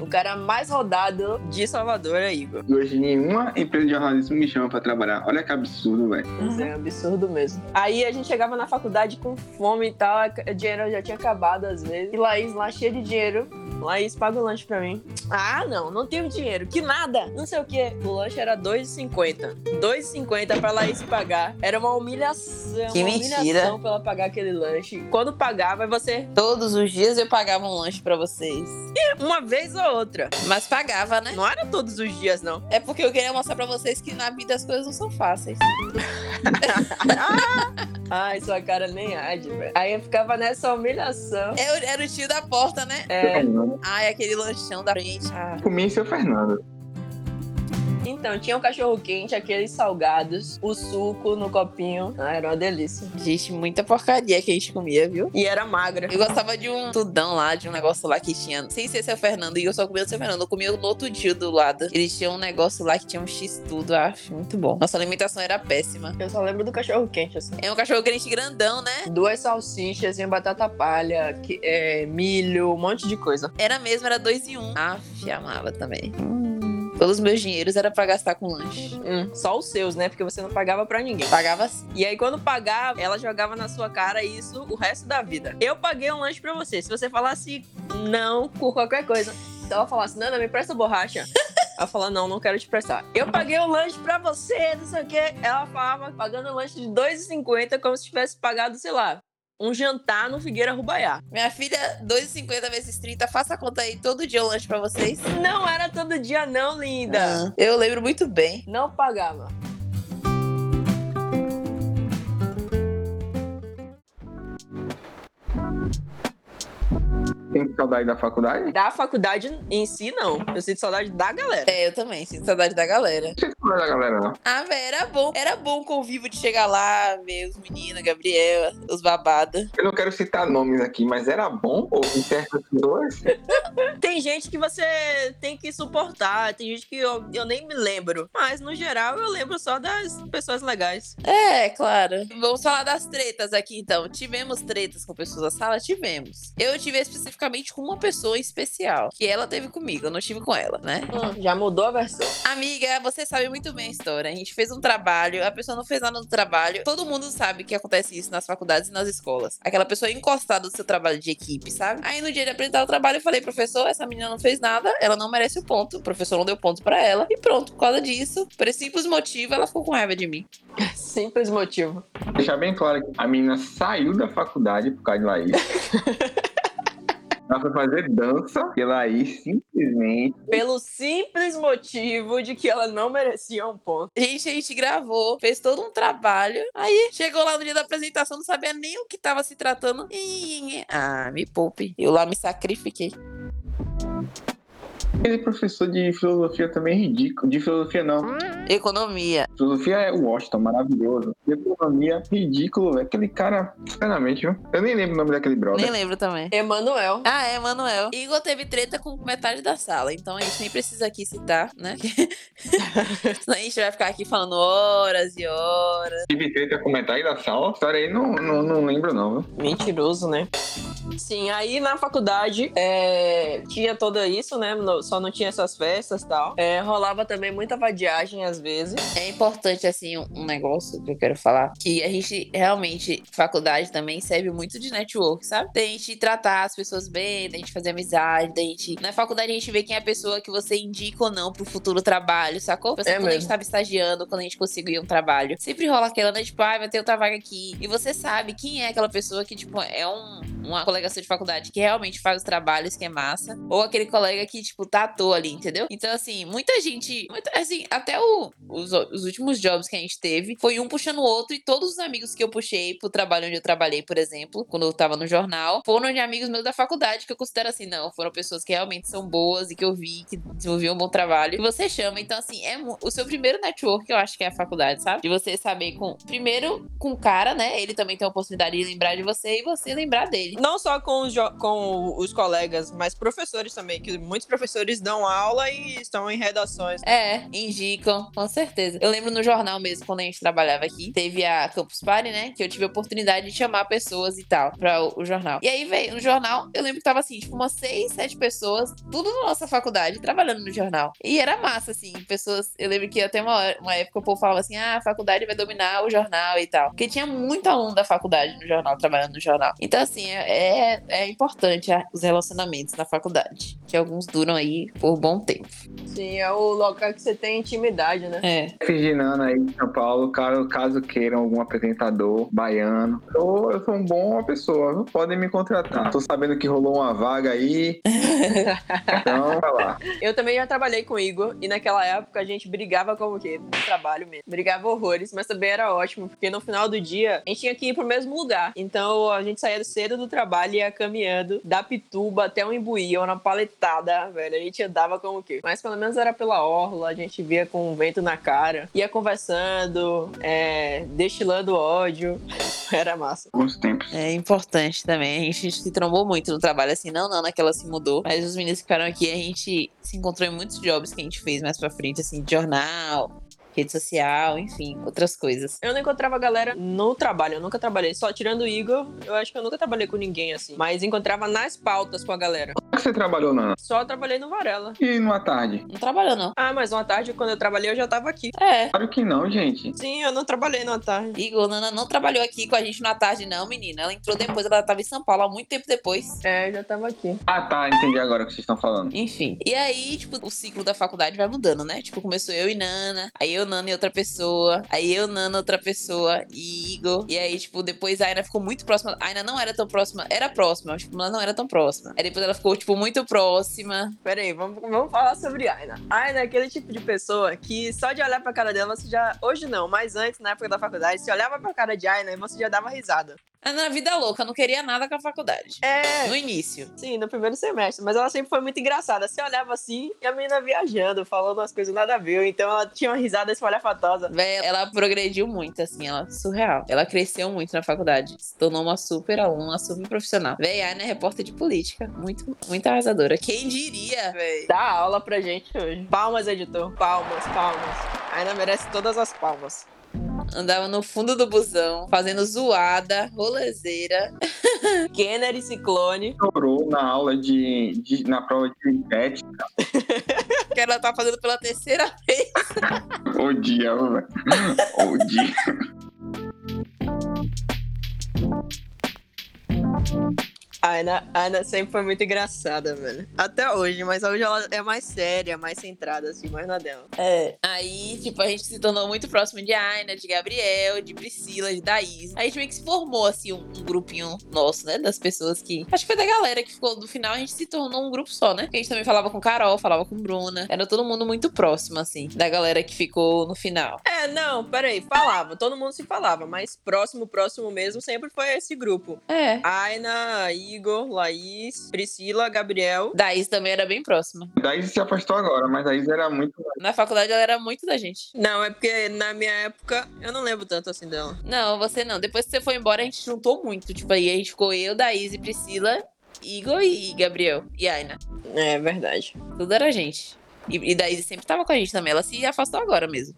[SPEAKER 3] O cara mais rodado de Salvador é Igor.
[SPEAKER 2] E hoje nenhuma empresa de jornalismo me chama pra trabalhar. Olha que absurdo, velho.
[SPEAKER 1] Uhum.
[SPEAKER 3] Isso é um absurdo mesmo. Aí a gente chegava na faculdade com fome e tal, o dinheiro já tinha acabado às vezes. E Laís lá cheia de dinheiro. Laís, paga o lanche pra mim. Ah, não, não tenho dinheiro. Que nada! Não sei o quê. O lanche era R$2,50. R$2,50 pra Laís pagar. Era uma humilhação.
[SPEAKER 1] Que
[SPEAKER 3] uma
[SPEAKER 1] mentira.
[SPEAKER 3] humilhação pra ela pagar aquele lanche. Quando pagava, você.
[SPEAKER 1] Todos os dias eu pagava um lanche para vocês.
[SPEAKER 3] Uma vez ou outra.
[SPEAKER 1] Mas pagava, né?
[SPEAKER 3] Não era todos os dias, não.
[SPEAKER 1] É porque eu queria mostrar pra vocês que na vida as coisas não são fáceis.
[SPEAKER 3] Ai, sua cara nem age, velho. Aí eu ficava nessa humilhação.
[SPEAKER 1] Eu era É o tio da porta, né?
[SPEAKER 3] É.
[SPEAKER 2] Eu
[SPEAKER 1] Ai, aquele lanchão da frente. Ah,
[SPEAKER 2] Comi em seu Fernando.
[SPEAKER 3] Então, tinha o cachorro quente, aqueles salgados, o suco no copinho. Ah, era uma delícia.
[SPEAKER 1] gente, muita porcaria que a gente comia, viu?
[SPEAKER 3] E era magra.
[SPEAKER 1] Eu gostava de um tudão lá, de um negócio lá que tinha. Sem ser seu Fernando, e eu só comia o seu Fernando. Eu comia no outro dia do lado. Eles tinham um negócio lá que tinha um X tudo, acho. Muito bom. Nossa alimentação era péssima.
[SPEAKER 3] Eu só lembro do cachorro quente, assim.
[SPEAKER 1] É um cachorro crente grandão, né?
[SPEAKER 3] Duas salsichas e batata palha, que- é, milho, um monte de coisa.
[SPEAKER 1] Era mesmo, era dois em um. Ah, amava também. Todos os meus dinheiros era pra gastar com lanche.
[SPEAKER 3] Hum, só os seus, né? Porque você não pagava pra ninguém.
[SPEAKER 1] Pagava assim.
[SPEAKER 3] E aí, quando pagava, ela jogava na sua cara isso o resto da vida. Eu paguei um lanche pra você. Se você falasse não por qualquer coisa, se ela falasse, Nana, me presta borracha. Ela falava, não, não quero te prestar. Eu paguei o lanche pra você, não sei o quê. Ela falava, pagando o lanche de R$2,50, como se tivesse pagado, sei lá, um jantar no Figueira Rubaiá.
[SPEAKER 1] Minha filha, 2,50 vezes 30, faça a conta aí todo dia eu lanche pra vocês.
[SPEAKER 3] Não era todo dia, não, linda.
[SPEAKER 1] Ah, Eu lembro muito bem.
[SPEAKER 3] Não pagava.
[SPEAKER 2] Tem saudade da faculdade?
[SPEAKER 3] Da faculdade em si, não. Eu sinto saudade da galera.
[SPEAKER 1] É, eu também, sinto saudade da galera.
[SPEAKER 2] Não sei se saudade da galera, não.
[SPEAKER 1] Ah, velho, era bom. Era bom o convívio de chegar lá, ver os meninos, Gabriela, os babados.
[SPEAKER 2] Eu não quero citar nomes aqui, mas era bom ouvir certas pessoas.
[SPEAKER 3] Tem gente que você tem que suportar, tem gente que eu, eu nem me lembro. Mas, no geral, eu lembro só das pessoas legais.
[SPEAKER 1] É, claro. Vamos falar das tretas aqui, então. Tivemos tretas com pessoas da sala? Tivemos. Eu tive especificamente com uma pessoa em especial, que ela teve comigo, eu não tive com ela, né?
[SPEAKER 3] Hum, já mudou a versão. <laughs>
[SPEAKER 1] Amiga, você sabe muito bem a história. A gente fez um trabalho, a pessoa não fez nada no trabalho. Todo mundo sabe que acontece isso nas faculdades e nas escolas. Aquela pessoa encostada do seu trabalho de equipe, sabe? Aí no dia de apresentar o trabalho, eu falei, professor, essa menina não fez nada, ela não merece o ponto. O professor não deu ponto pra ela. E pronto, por causa disso, por esse simples motivo, ela ficou com raiva de mim.
[SPEAKER 3] Simples motivo.
[SPEAKER 2] Deixar bem claro que a menina saiu da faculdade por causa de Laís. Ela foi fazer dança e Laís simplesmente
[SPEAKER 3] Pelo simples motivo de que ela não merecia um ponto.
[SPEAKER 1] Gente, a gente gravou, fez todo um trabalho. Aí chegou lá no dia da apresentação, não sabia nem o que tava se tratando. Ih, Ah, me poupe. Eu lá me sacrifiquei.
[SPEAKER 2] Aquele professor de filosofia também é ridículo. De filosofia não.
[SPEAKER 1] Economia.
[SPEAKER 2] Filosofia é o Washington, maravilhoso. De economia, ridículo, velho. Aquele cara, sinceramente, viu? Eu nem lembro o nome daquele brother.
[SPEAKER 1] Nem lembro também.
[SPEAKER 3] Emanuel.
[SPEAKER 1] Ah, é, Manuel. Igor teve treta com metade da sala, então a gente nem precisa aqui citar, né? <laughs> Senão a gente vai ficar aqui falando horas e horas.
[SPEAKER 2] Tive treta com metade da sala. A história aí não, não, não lembro, não, viu?
[SPEAKER 3] Mentiroso, né? Sim, aí na faculdade é, tinha tudo isso, né? No- Só não tinha essas festas e tal. É, rolava também muita vadiagem às vezes.
[SPEAKER 1] É importante, assim, um- um negócio que eu quero falar, que a gente realmente, faculdade também serve muito de network, sabe? Da gente tratar as pessoas bem, da gente fazer amizade, da gente... Na faculdade a gente vê quem é a pessoa que você indica ou não pro futuro trabalho, sacou? Por exemplo,
[SPEAKER 3] É
[SPEAKER 1] quando a gente
[SPEAKER 3] mesmo.
[SPEAKER 1] tava estagiando, quando a gente conseguia um trabalho, sempre rola aquela, né? Tipo, ai, vai ter outra vaga aqui. E você sabe quem é aquela pessoa que, tipo, é um uma colega sua de faculdade que realmente faz os trabalhos, que é massa, ou aquele colega que, tipo, tá à toa ali, entendeu? Então, assim, muita gente, muita- assim, até o- os, os últimos jobs que a gente teve, foi um puxando o outro, e todos os amigos que eu puxei pro trabalho onde eu trabalhei, por exemplo, quando eu tava no jornal, foram de amigos meus da faculdade, que eu considero assim, não, foram pessoas que realmente são boas e que eu vi, que desenvolviam um bom trabalho, e você chama, então, assim, é mu- o seu primeiro network, eu acho que é a faculdade, sabe? De você saber com, primeiro, com o cara, né, ele também tem a oportunidade de lembrar de você, e você lembrar dele.
[SPEAKER 3] Não só com os, jo- com os colegas, mas professores também, que muitos professores dão aula e estão em redações.
[SPEAKER 1] É, indicam, com certeza. Eu lembro no jornal mesmo, quando a gente trabalhava aqui, teve a Campus Party, né? Que eu tive a oportunidade de chamar pessoas e tal pra o, o jornal. E aí, veio no jornal, eu lembro que tava assim, tipo, umas seis, sete pessoas, tudo na nossa faculdade, trabalhando no jornal. E era massa, assim, pessoas. Eu lembro que até uma, hora- uma época o povo falava assim: ah, a faculdade vai dominar o jornal e tal. Porque tinha muito aluno da faculdade no jornal, trabalhando no jornal. Então, assim, é, é, é importante ah, os relacionamentos na faculdade, que alguns duram aí por bom tempo.
[SPEAKER 3] Sim, é o local que você tem intimidade, né?
[SPEAKER 1] É.
[SPEAKER 2] Virginana aí de São Paulo, caso, caso queiram algum apresentador baiano. Eu, eu sou um bom pessoa, viu? podem me contratar. Tô sabendo que rolou uma vaga aí.
[SPEAKER 1] <laughs>
[SPEAKER 2] Então, vai lá.
[SPEAKER 3] Eu também já trabalhei com o Igor e naquela época a gente brigava como que no trabalho mesmo. Brigava horrores, mas também era ótimo, porque no final do dia a gente tinha que ir pro mesmo lugar. Então a gente saía cedo do trabalho e ia caminhando da Pituba até o Imbuí, ou na paletada, velho. A gente andava como que. Mas pelo menos era pela orla, a gente via com o vento na cara, ia conversando, é, destilando ódio. <laughs> Era massa.
[SPEAKER 2] Bons tempos.
[SPEAKER 1] É importante também. A gente se trombou muito no trabalho, assim, não, não, naquela se mudou. Mas os meninos que ficaram aqui, a gente se encontrou em muitos jobs que a gente fez mais pra frente, assim, de jornal, rede social, enfim, outras coisas.
[SPEAKER 3] Eu não encontrava galera no trabalho, eu nunca trabalhei. Só tirando o Igor, eu acho que eu nunca trabalhei com ninguém assim. Mas encontrava nas pautas com a galera.
[SPEAKER 2] Como é que você trabalhou, Nana?
[SPEAKER 3] Só trabalhei no Varela.
[SPEAKER 2] E numa tarde?
[SPEAKER 1] Não trabalhou, não.
[SPEAKER 3] Ah, mas uma tarde, quando eu trabalhei, eu já tava aqui.
[SPEAKER 1] É.
[SPEAKER 2] Claro que não, gente.
[SPEAKER 3] Sim, eu não trabalhei numa tarde.
[SPEAKER 1] Igor, Nana não trabalhou aqui com a gente na tarde, não, menina. Ela entrou depois, ela tava em São Paulo há muito tempo depois.
[SPEAKER 3] É, eu já tava aqui.
[SPEAKER 2] Ah, tá, entendi agora o que vocês estão falando.
[SPEAKER 1] Enfim. E aí, tipo, o ciclo da faculdade vai mudando, né? Tipo, começou eu e Nana, aí eu, Nana e outra pessoa, aí eu, Nana, outra pessoa e Igor. E aí, tipo, depois a Aina ficou muito próxima. A Aina não era tão próxima, era próxima, mas, tipo, ela não era tão próxima. Aí depois ela ficou, tipo, muito próxima.
[SPEAKER 3] Pera aí, vamos, vamos falar sobre a Aina. A Aina é aquele tipo de pessoa que só de olhar pra cara dela, você já. Hoje não, mas antes, na época da faculdade, você olhava pra cara de Aina e você já dava risada.
[SPEAKER 1] A Nana, Ah, vida louca, não queria nada com a faculdade.
[SPEAKER 3] É.
[SPEAKER 1] No início.
[SPEAKER 3] Sim, no primeiro semestre, mas ela sempre foi muito engraçada. Você olhava assim e a menina viajando, falando umas coisas nada a ver. Então ela tinha uma risada espalhafatosa.
[SPEAKER 1] Véi, Ela progrediu muito, assim, ela surreal. Ela cresceu muito na faculdade. Se tornou uma super aluna, uma super profissional. Véi, a Aina é repórter de política. Muito, muito arrasadora. Quem diria, véi?
[SPEAKER 3] Dá aula pra gente hoje. Palmas, editor. Palmas, palmas. A Aina merece todas as palmas.
[SPEAKER 1] Andava no fundo do busão, fazendo zoada, rolezeira.
[SPEAKER 3] Kenner e Ciclone.
[SPEAKER 2] Chorou na aula de, de- na prova de pet.
[SPEAKER 1] Que ela tá fazendo pela terceira <laughs> vez.
[SPEAKER 2] O dia, velho. O dia.
[SPEAKER 3] A Aina, a Aina sempre foi muito engraçada, velho. Até hoje, mas hoje ela é mais séria, mais centrada, assim, mais na dela.
[SPEAKER 1] É. Aí, tipo, a gente se tornou muito próximo de Aina, de Gabriel, de Priscila, de Daís. Aí a gente meio que se formou, assim, um, um grupinho nosso, né? Das pessoas que. Acho que foi da galera que ficou no final, a gente se tornou um grupo só, né? Porque a gente também falava com Carol, falava com Bruna. Era todo mundo muito próximo, assim, da galera que ficou no final.
[SPEAKER 3] É, não, peraí, falava, todo mundo se falava, mas próximo, próximo mesmo sempre foi esse grupo.
[SPEAKER 1] É.
[SPEAKER 3] Aina, Igor, Laís, Priscila, Gabriel.
[SPEAKER 1] Daís também era bem próxima.
[SPEAKER 2] Daí se afastou agora, mas Daí era muito.
[SPEAKER 1] Na faculdade ela era muito da gente.
[SPEAKER 3] Não, é porque na minha época eu não lembro tanto assim dela.
[SPEAKER 1] Não, você não. Depois que você foi embora, a gente juntou muito. Tipo, aí a gente ficou eu, Daís e Priscila, Igor e Gabriel e Aina.
[SPEAKER 3] É verdade.
[SPEAKER 1] Tudo era gente. E, e Daís sempre tava com a gente também. Ela se afastou agora mesmo.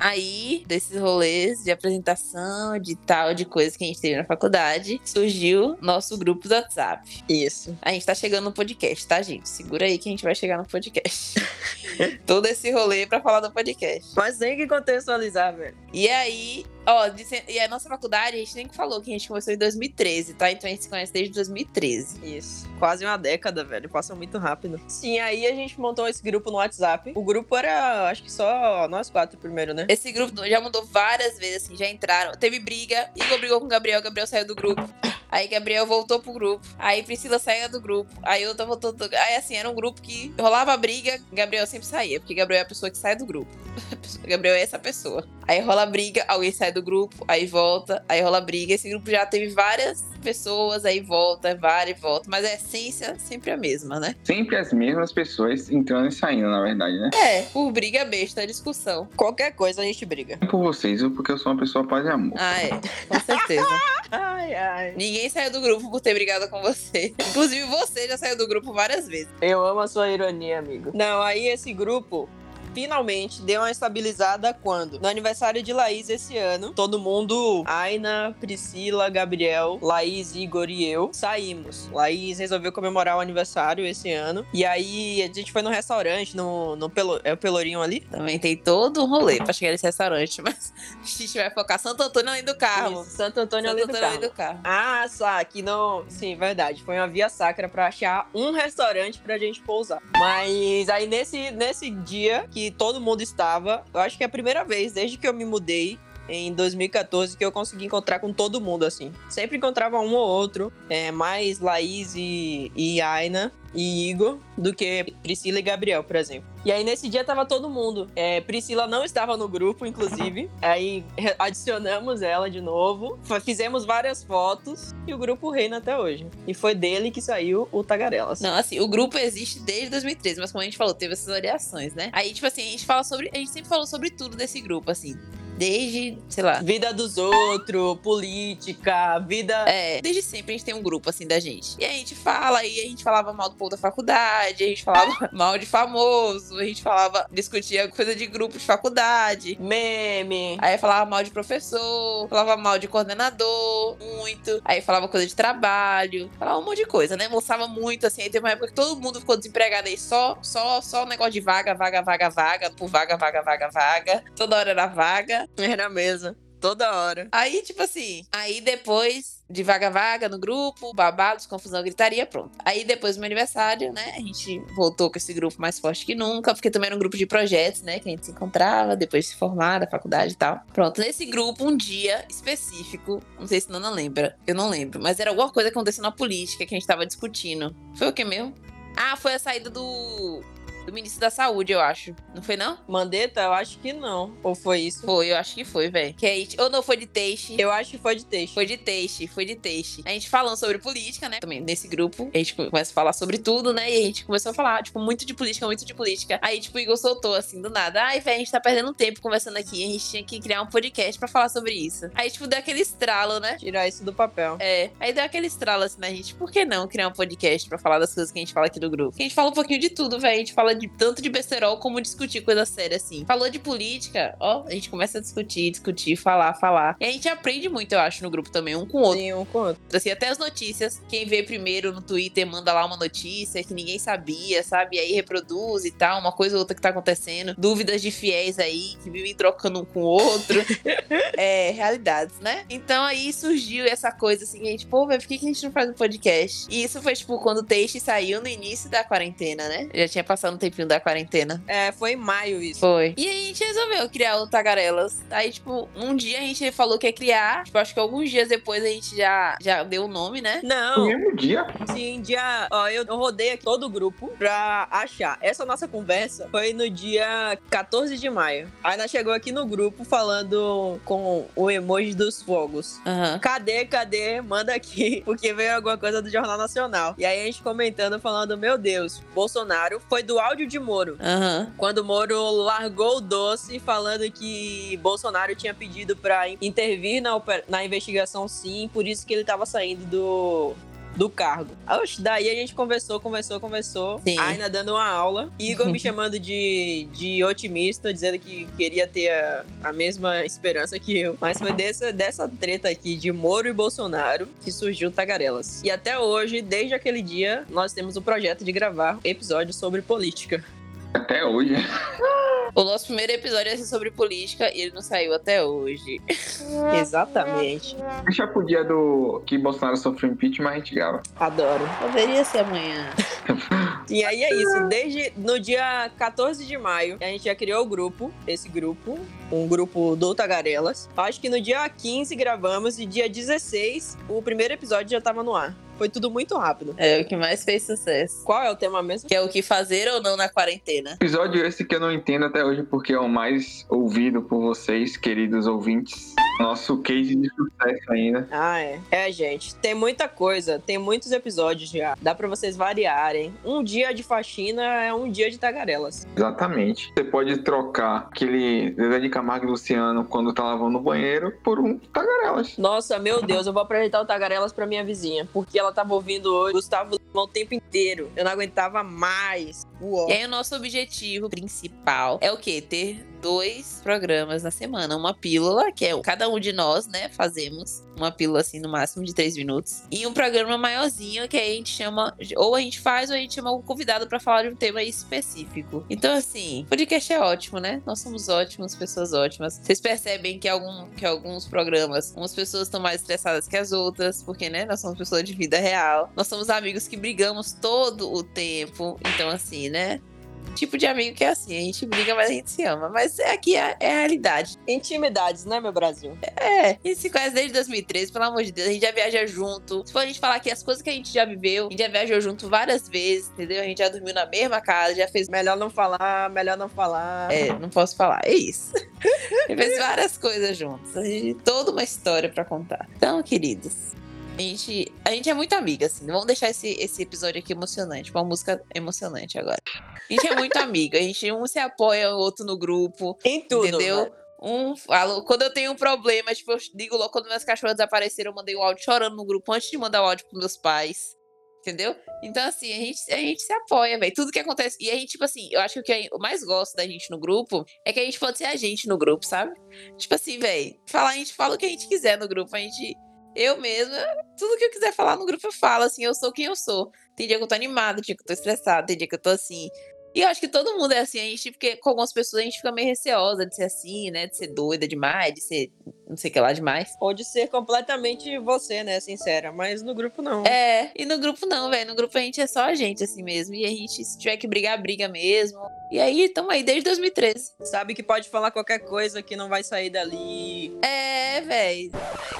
[SPEAKER 1] Aí, desses rolês de apresentação, de tal, de coisa que a gente teve na faculdade, surgiu nosso grupo do WhatsApp.
[SPEAKER 3] Isso.
[SPEAKER 1] A gente tá chegando no podcast, tá, gente? Segura aí que a gente vai chegar no podcast. <laughs> Todo esse rolê pra falar do podcast.
[SPEAKER 3] Mas tem que contextualizar, velho.
[SPEAKER 1] E aí, ó, disse- e a nossa faculdade, a gente nem falou que a gente começou em 2013, tá? Então a gente se conhece desde 2013.
[SPEAKER 3] Isso. Quase uma década, velho. Passa muito rápido. Sim, aí a gente montou esse grupo no WhatsApp. O grupo era, acho que só nós quatro primeiro, né?
[SPEAKER 1] Esse grupo já mudou várias vezes, assim, já entraram. Teve briga, Igor brigou com o Gabriel, Gabriel saiu do grupo. Aí Gabriel voltou pro grupo. Aí Priscila saiu do grupo. Aí outra voltou do... Aí assim, era um grupo que rolava briga, Gabriel sempre saía, porque Gabriel é a pessoa que sai do grupo. <laughs> Gabriel é essa pessoa. Aí rola briga, alguém sai do grupo, aí volta, aí rola briga. Esse grupo já teve várias pessoas, aí volta, várias e volta. Mas a essência sempre é a mesma, né?
[SPEAKER 2] Sempre as mesmas pessoas entrando e saindo, na verdade, né?
[SPEAKER 1] É, por briga besta, é discussão.
[SPEAKER 3] Qualquer coisa a gente briga.
[SPEAKER 2] Não É por vocês, ou porque eu sou uma pessoa paz e amor.
[SPEAKER 1] Ah, é, com certeza.
[SPEAKER 3] Ai, ai.
[SPEAKER 1] Ninguém saiu do grupo por ter brigado com você. <laughs> Inclusive, você já saiu do grupo várias vezes.
[SPEAKER 3] Eu amo a sua ironia, amigo. Não, aí esse grupo finalmente deu uma estabilizada quando? No aniversário de Laís esse ano, todo mundo, Aina, Priscila, Gabriel, Laís, Igor e eu, saímos. Laís resolveu comemorar o aniversário esse ano. E aí a gente foi num restaurante, no, no Pelo, é o Pelourinho ali?
[SPEAKER 1] Também tem todo um rolê pra chegar nesse restaurante, <laughs> mas a gente vai focar Santo Antônio além do carro.
[SPEAKER 3] Isso, Ah, Santo Antônio
[SPEAKER 1] Santo
[SPEAKER 3] ali do
[SPEAKER 1] Antônio além
[SPEAKER 3] Carmo.
[SPEAKER 1] do carro.
[SPEAKER 3] Ah, sa, que não. Sim, verdade. Foi uma via sacra pra achar um restaurante pra gente pousar. Mas aí nesse, nesse dia que todo mundo estava, eu acho que é a primeira vez desde que eu me mudei. Em 2014, que eu consegui encontrar com todo mundo, assim. Sempre encontrava um ou outro, é, mais Laís e, e Aina e Igor, do que Priscila e Gabriel, por exemplo. E aí nesse dia tava todo mundo. É, Priscila não estava no grupo, inclusive. Aí re- adicionamos ela de novo. Fa- Fizemos várias fotos e o grupo reina até hoje. E foi dele que saiu o Tagarelas.
[SPEAKER 1] Não, assim, o grupo existe desde 2013, mas como a gente falou, teve essas variações, né? Aí, tipo assim, a gente fala sobre. A gente sempre falou sobre tudo desse grupo, assim. Desde, sei lá.
[SPEAKER 3] Vida dos outros, política, vida.
[SPEAKER 1] É, desde sempre a gente tem um grupo assim da gente. E a gente fala, e a gente falava mal do povo da faculdade, a gente falava <laughs> mal de famoso, a gente falava, discutia coisa de grupo de faculdade.
[SPEAKER 3] Meme.
[SPEAKER 1] Aí falava mal de professor, falava mal de coordenador, muito. Aí falava coisa de trabalho, falava um monte de coisa, né? Moçava muito, assim. Aí teve uma época que todo mundo ficou desempregado aí só, só, só negócio de vaga, vaga, vaga, vaga, por vaga, vaga, vaga, vaga. Toda hora era vaga. <laughs>
[SPEAKER 3] Era mesa. Toda hora.
[SPEAKER 1] Aí, tipo assim, aí depois de vaga vaga no grupo, babados, confusão, gritaria, pronto. Aí depois do meu aniversário, né, a gente voltou com esse grupo mais forte que nunca, porque também era um grupo de projetos, né, que a gente se encontrava depois de se formar da faculdade e tal. Pronto, nesse grupo, um dia específico, não sei se Nana lembra, eu não lembro, mas era alguma coisa que aconteceu na política que a gente tava discutindo. Foi o que mesmo? Ah, foi a saída do, do ministro da saúde, eu acho. Não foi não?
[SPEAKER 3] Mandetta, eu acho que não. Ou foi isso?
[SPEAKER 1] Foi, eu acho que foi, velho. Que aí, ou não foi de teixe.
[SPEAKER 3] Eu acho que foi de texto.
[SPEAKER 1] Foi de teixe, foi de teixe. A gente falando sobre política, né? Também nesse grupo, a gente começa a falar sobre tudo, né? E a gente começou a falar, tipo, muito de política, muito de política. Aí, tipo, o Igor soltou, assim, do nada. Ai, velho, a gente tá perdendo tempo conversando aqui. A gente tinha que criar um podcast pra falar sobre isso. Aí, tipo, deu aquele estralo, né?
[SPEAKER 3] Tirar isso do papel.
[SPEAKER 1] É, aí deu aquele estralo assim na gente. Por que não criar um podcast pra falar das coisas que a gente fala aqui do grupo? Porque a gente fala um pouquinho de tudo, velho. A gente fala de tanto de besterol como discutir coisa séria, assim. Falou de política, ó, a gente começa a discutir, discutir, falar, falar. E a gente aprende muito, eu acho, no grupo também, um com o outro.
[SPEAKER 3] Sim, um com o outro.
[SPEAKER 1] Assim, até as notícias. Quem vê primeiro no Twitter manda lá uma notícia que ninguém sabia, sabe? E aí reproduz e tal, uma coisa ou outra que tá acontecendo. Dúvidas de fiéis aí, que vivem trocando um com o outro. é, realidades, né? Então aí surgiu essa coisa assim, que a gente, pô, velho, por que que a gente não faz um podcast? E isso foi, tipo, quando o texto saiu no início da quarentena, né? Já tinha passado um tempinho da quarentena.
[SPEAKER 3] É, foi em maio isso.
[SPEAKER 1] Foi. E aí a gente resolveu criar o Tagarelas. Aí, tipo, um dia a gente falou que ia criar. Tipo, acho que alguns dias depois a gente já, já deu o nome, né?
[SPEAKER 2] No
[SPEAKER 3] Não,
[SPEAKER 2] mesmo dia,
[SPEAKER 3] Sim, dia. Ó, eu eu rodei aqui todo o grupo pra achar. Essa nossa conversa foi no dia 14 de maio. A Ana chegou aqui no grupo falando com o emoji dos fogos.
[SPEAKER 1] Aham.
[SPEAKER 3] Cadê, cadê? Manda aqui, <laughs> porque veio alguma coisa do Jornal Nacional. E aí a gente comentando, falando: Meu Deus, Bolsonaro foi do áudio de Moro.
[SPEAKER 1] Aham.
[SPEAKER 3] Quando Moro largou o doce falando que Bolsonaro tinha pedido pra intervir na, oper- na investigação, sim, por isso que ele tava saindo do, do cargo. Oxe, daí a gente conversou, conversou, conversou.
[SPEAKER 1] Sim.
[SPEAKER 3] Aina dando uma aula. Igor me chamando de, de otimista, dizendo que queria ter a, a mesma esperança que eu. Mas foi dessa, dessa treta aqui de Moro e Bolsonaro que surgiu o Tagarelas. E até hoje, desde aquele dia, nós temos o projeto de gravar episódios sobre política.
[SPEAKER 2] Até hoje.
[SPEAKER 1] O nosso primeiro episódio ia ser sobre política e ele não saiu até hoje.
[SPEAKER 3] Exatamente.
[SPEAKER 2] Deixa pro dia do que Bolsonaro sofreu impeachment, a gente grava.
[SPEAKER 3] Adoro.
[SPEAKER 1] Poderia ser amanhã.
[SPEAKER 3] E aí é isso, desde no dia 14 de maio, a gente já criou o grupo, esse grupo, um grupo do Tagarelas. Acho que no dia 15 gravamos e dia 16 o primeiro episódio já tava no ar. Foi tudo muito rápido.
[SPEAKER 1] É o que mais fez sucesso.
[SPEAKER 3] Qual é o tema mesmo?
[SPEAKER 1] Que é o que fazer ou não na quarentena.
[SPEAKER 2] Episódio esse que eu não entendo até hoje porque é o mais ouvido por vocês, queridos ouvintes. Nosso case de sucesso ainda.
[SPEAKER 3] Ah, é. É, gente, tem muita coisa, tem muitos episódios já. Dá pra vocês variarem. Um dia de faxina é um dia de tagarelas.
[SPEAKER 2] Exatamente. Você pode trocar aquele Zezé de Camargo e Luciano quando tá lavando o banheiro por um tagarelas.
[SPEAKER 3] Nossa, meu Deus, eu vou apresentar o Tagarelas pra minha vizinha, porque ela tava ouvindo hoje Gustavo Lima o tempo inteiro. Eu não aguentava mais. É, Uó.
[SPEAKER 1] E aí o nosso objetivo principal é o quê? Ter dois programas na semana. Uma pílula, que é o- cada um de nós, né, fazemos. Uma pílula, assim, no máximo de três minutos. E um programa maiorzinho, que aí a gente chama... Ou a gente faz, ou a gente chama um convidado pra falar de um tema específico. Então, assim, podcast é ótimo, né? Nós somos ótimos, pessoas ótimas. Vocês percebem que, algum, que alguns programas, umas pessoas estão mais estressadas que as outras. Porque, né, nós somos pessoas de vida real. Nós somos amigos que brigamos todo o tempo. Então, assim, né tipo de amigo que é assim, a gente briga, mas a gente se ama. Mas é aqui é, é a realidade.
[SPEAKER 3] Intimidades, né, meu Brasil?
[SPEAKER 1] É, a gente se conhece desde 2013, pelo amor de Deus, a gente já viaja junto. Se for a gente falar aqui as coisas que a gente já viveu, a gente já viajou junto várias vezes, entendeu? A gente já dormiu na mesma casa, já fez.
[SPEAKER 3] Melhor não falar, melhor não falar.
[SPEAKER 1] É, não posso falar, é isso. <laughs> A gente fez várias coisas juntos. A gente tem toda uma história pra contar. Então, queridos. A gente, a gente é muito amiga, assim. Vamos deixar esse, esse episódio aqui emocionante. Uma música emocionante agora. A gente é muito <laughs> amiga. A gente um se apoia o outro no grupo.
[SPEAKER 3] Em tudo.
[SPEAKER 1] Entendeu?
[SPEAKER 3] né?
[SPEAKER 1] Um falo, quando eu tenho um problema, tipo, eu digo logo quando minhas cachorras desapareceram, eu mandei o áudio chorando no grupo antes de mandar o áudio pros meus pais. Entendeu? Então, assim, a gente, a gente se apoia, velho. Tudo que acontece. E a gente, tipo assim, eu acho que o que eu mais gosto da gente no grupo é que a gente pode ser a gente no grupo, sabe? Tipo assim, velho, falar, a gente fala o que a gente quiser no grupo. A gente. Eu mesma, tudo que eu quiser falar no grupo eu falo, assim, eu sou quem eu sou. Tem dia que eu tô animada, tem dia que eu tô estressada, tem dia que eu tô assim, e eu acho que todo mundo é assim, a gente, porque com algumas pessoas a gente fica meio receosa de ser assim, né? De ser doida demais, de ser não sei o que lá demais.
[SPEAKER 3] Ou de ser completamente você, né, sincera. Mas no grupo não.
[SPEAKER 1] É, e no grupo não, velho. No grupo a gente é só a gente, assim mesmo. E a gente, se tiver que brigar, briga mesmo. E aí, tamo aí desde 2013.
[SPEAKER 3] Sabe que pode falar qualquer coisa que não vai sair dali.
[SPEAKER 1] É, velho.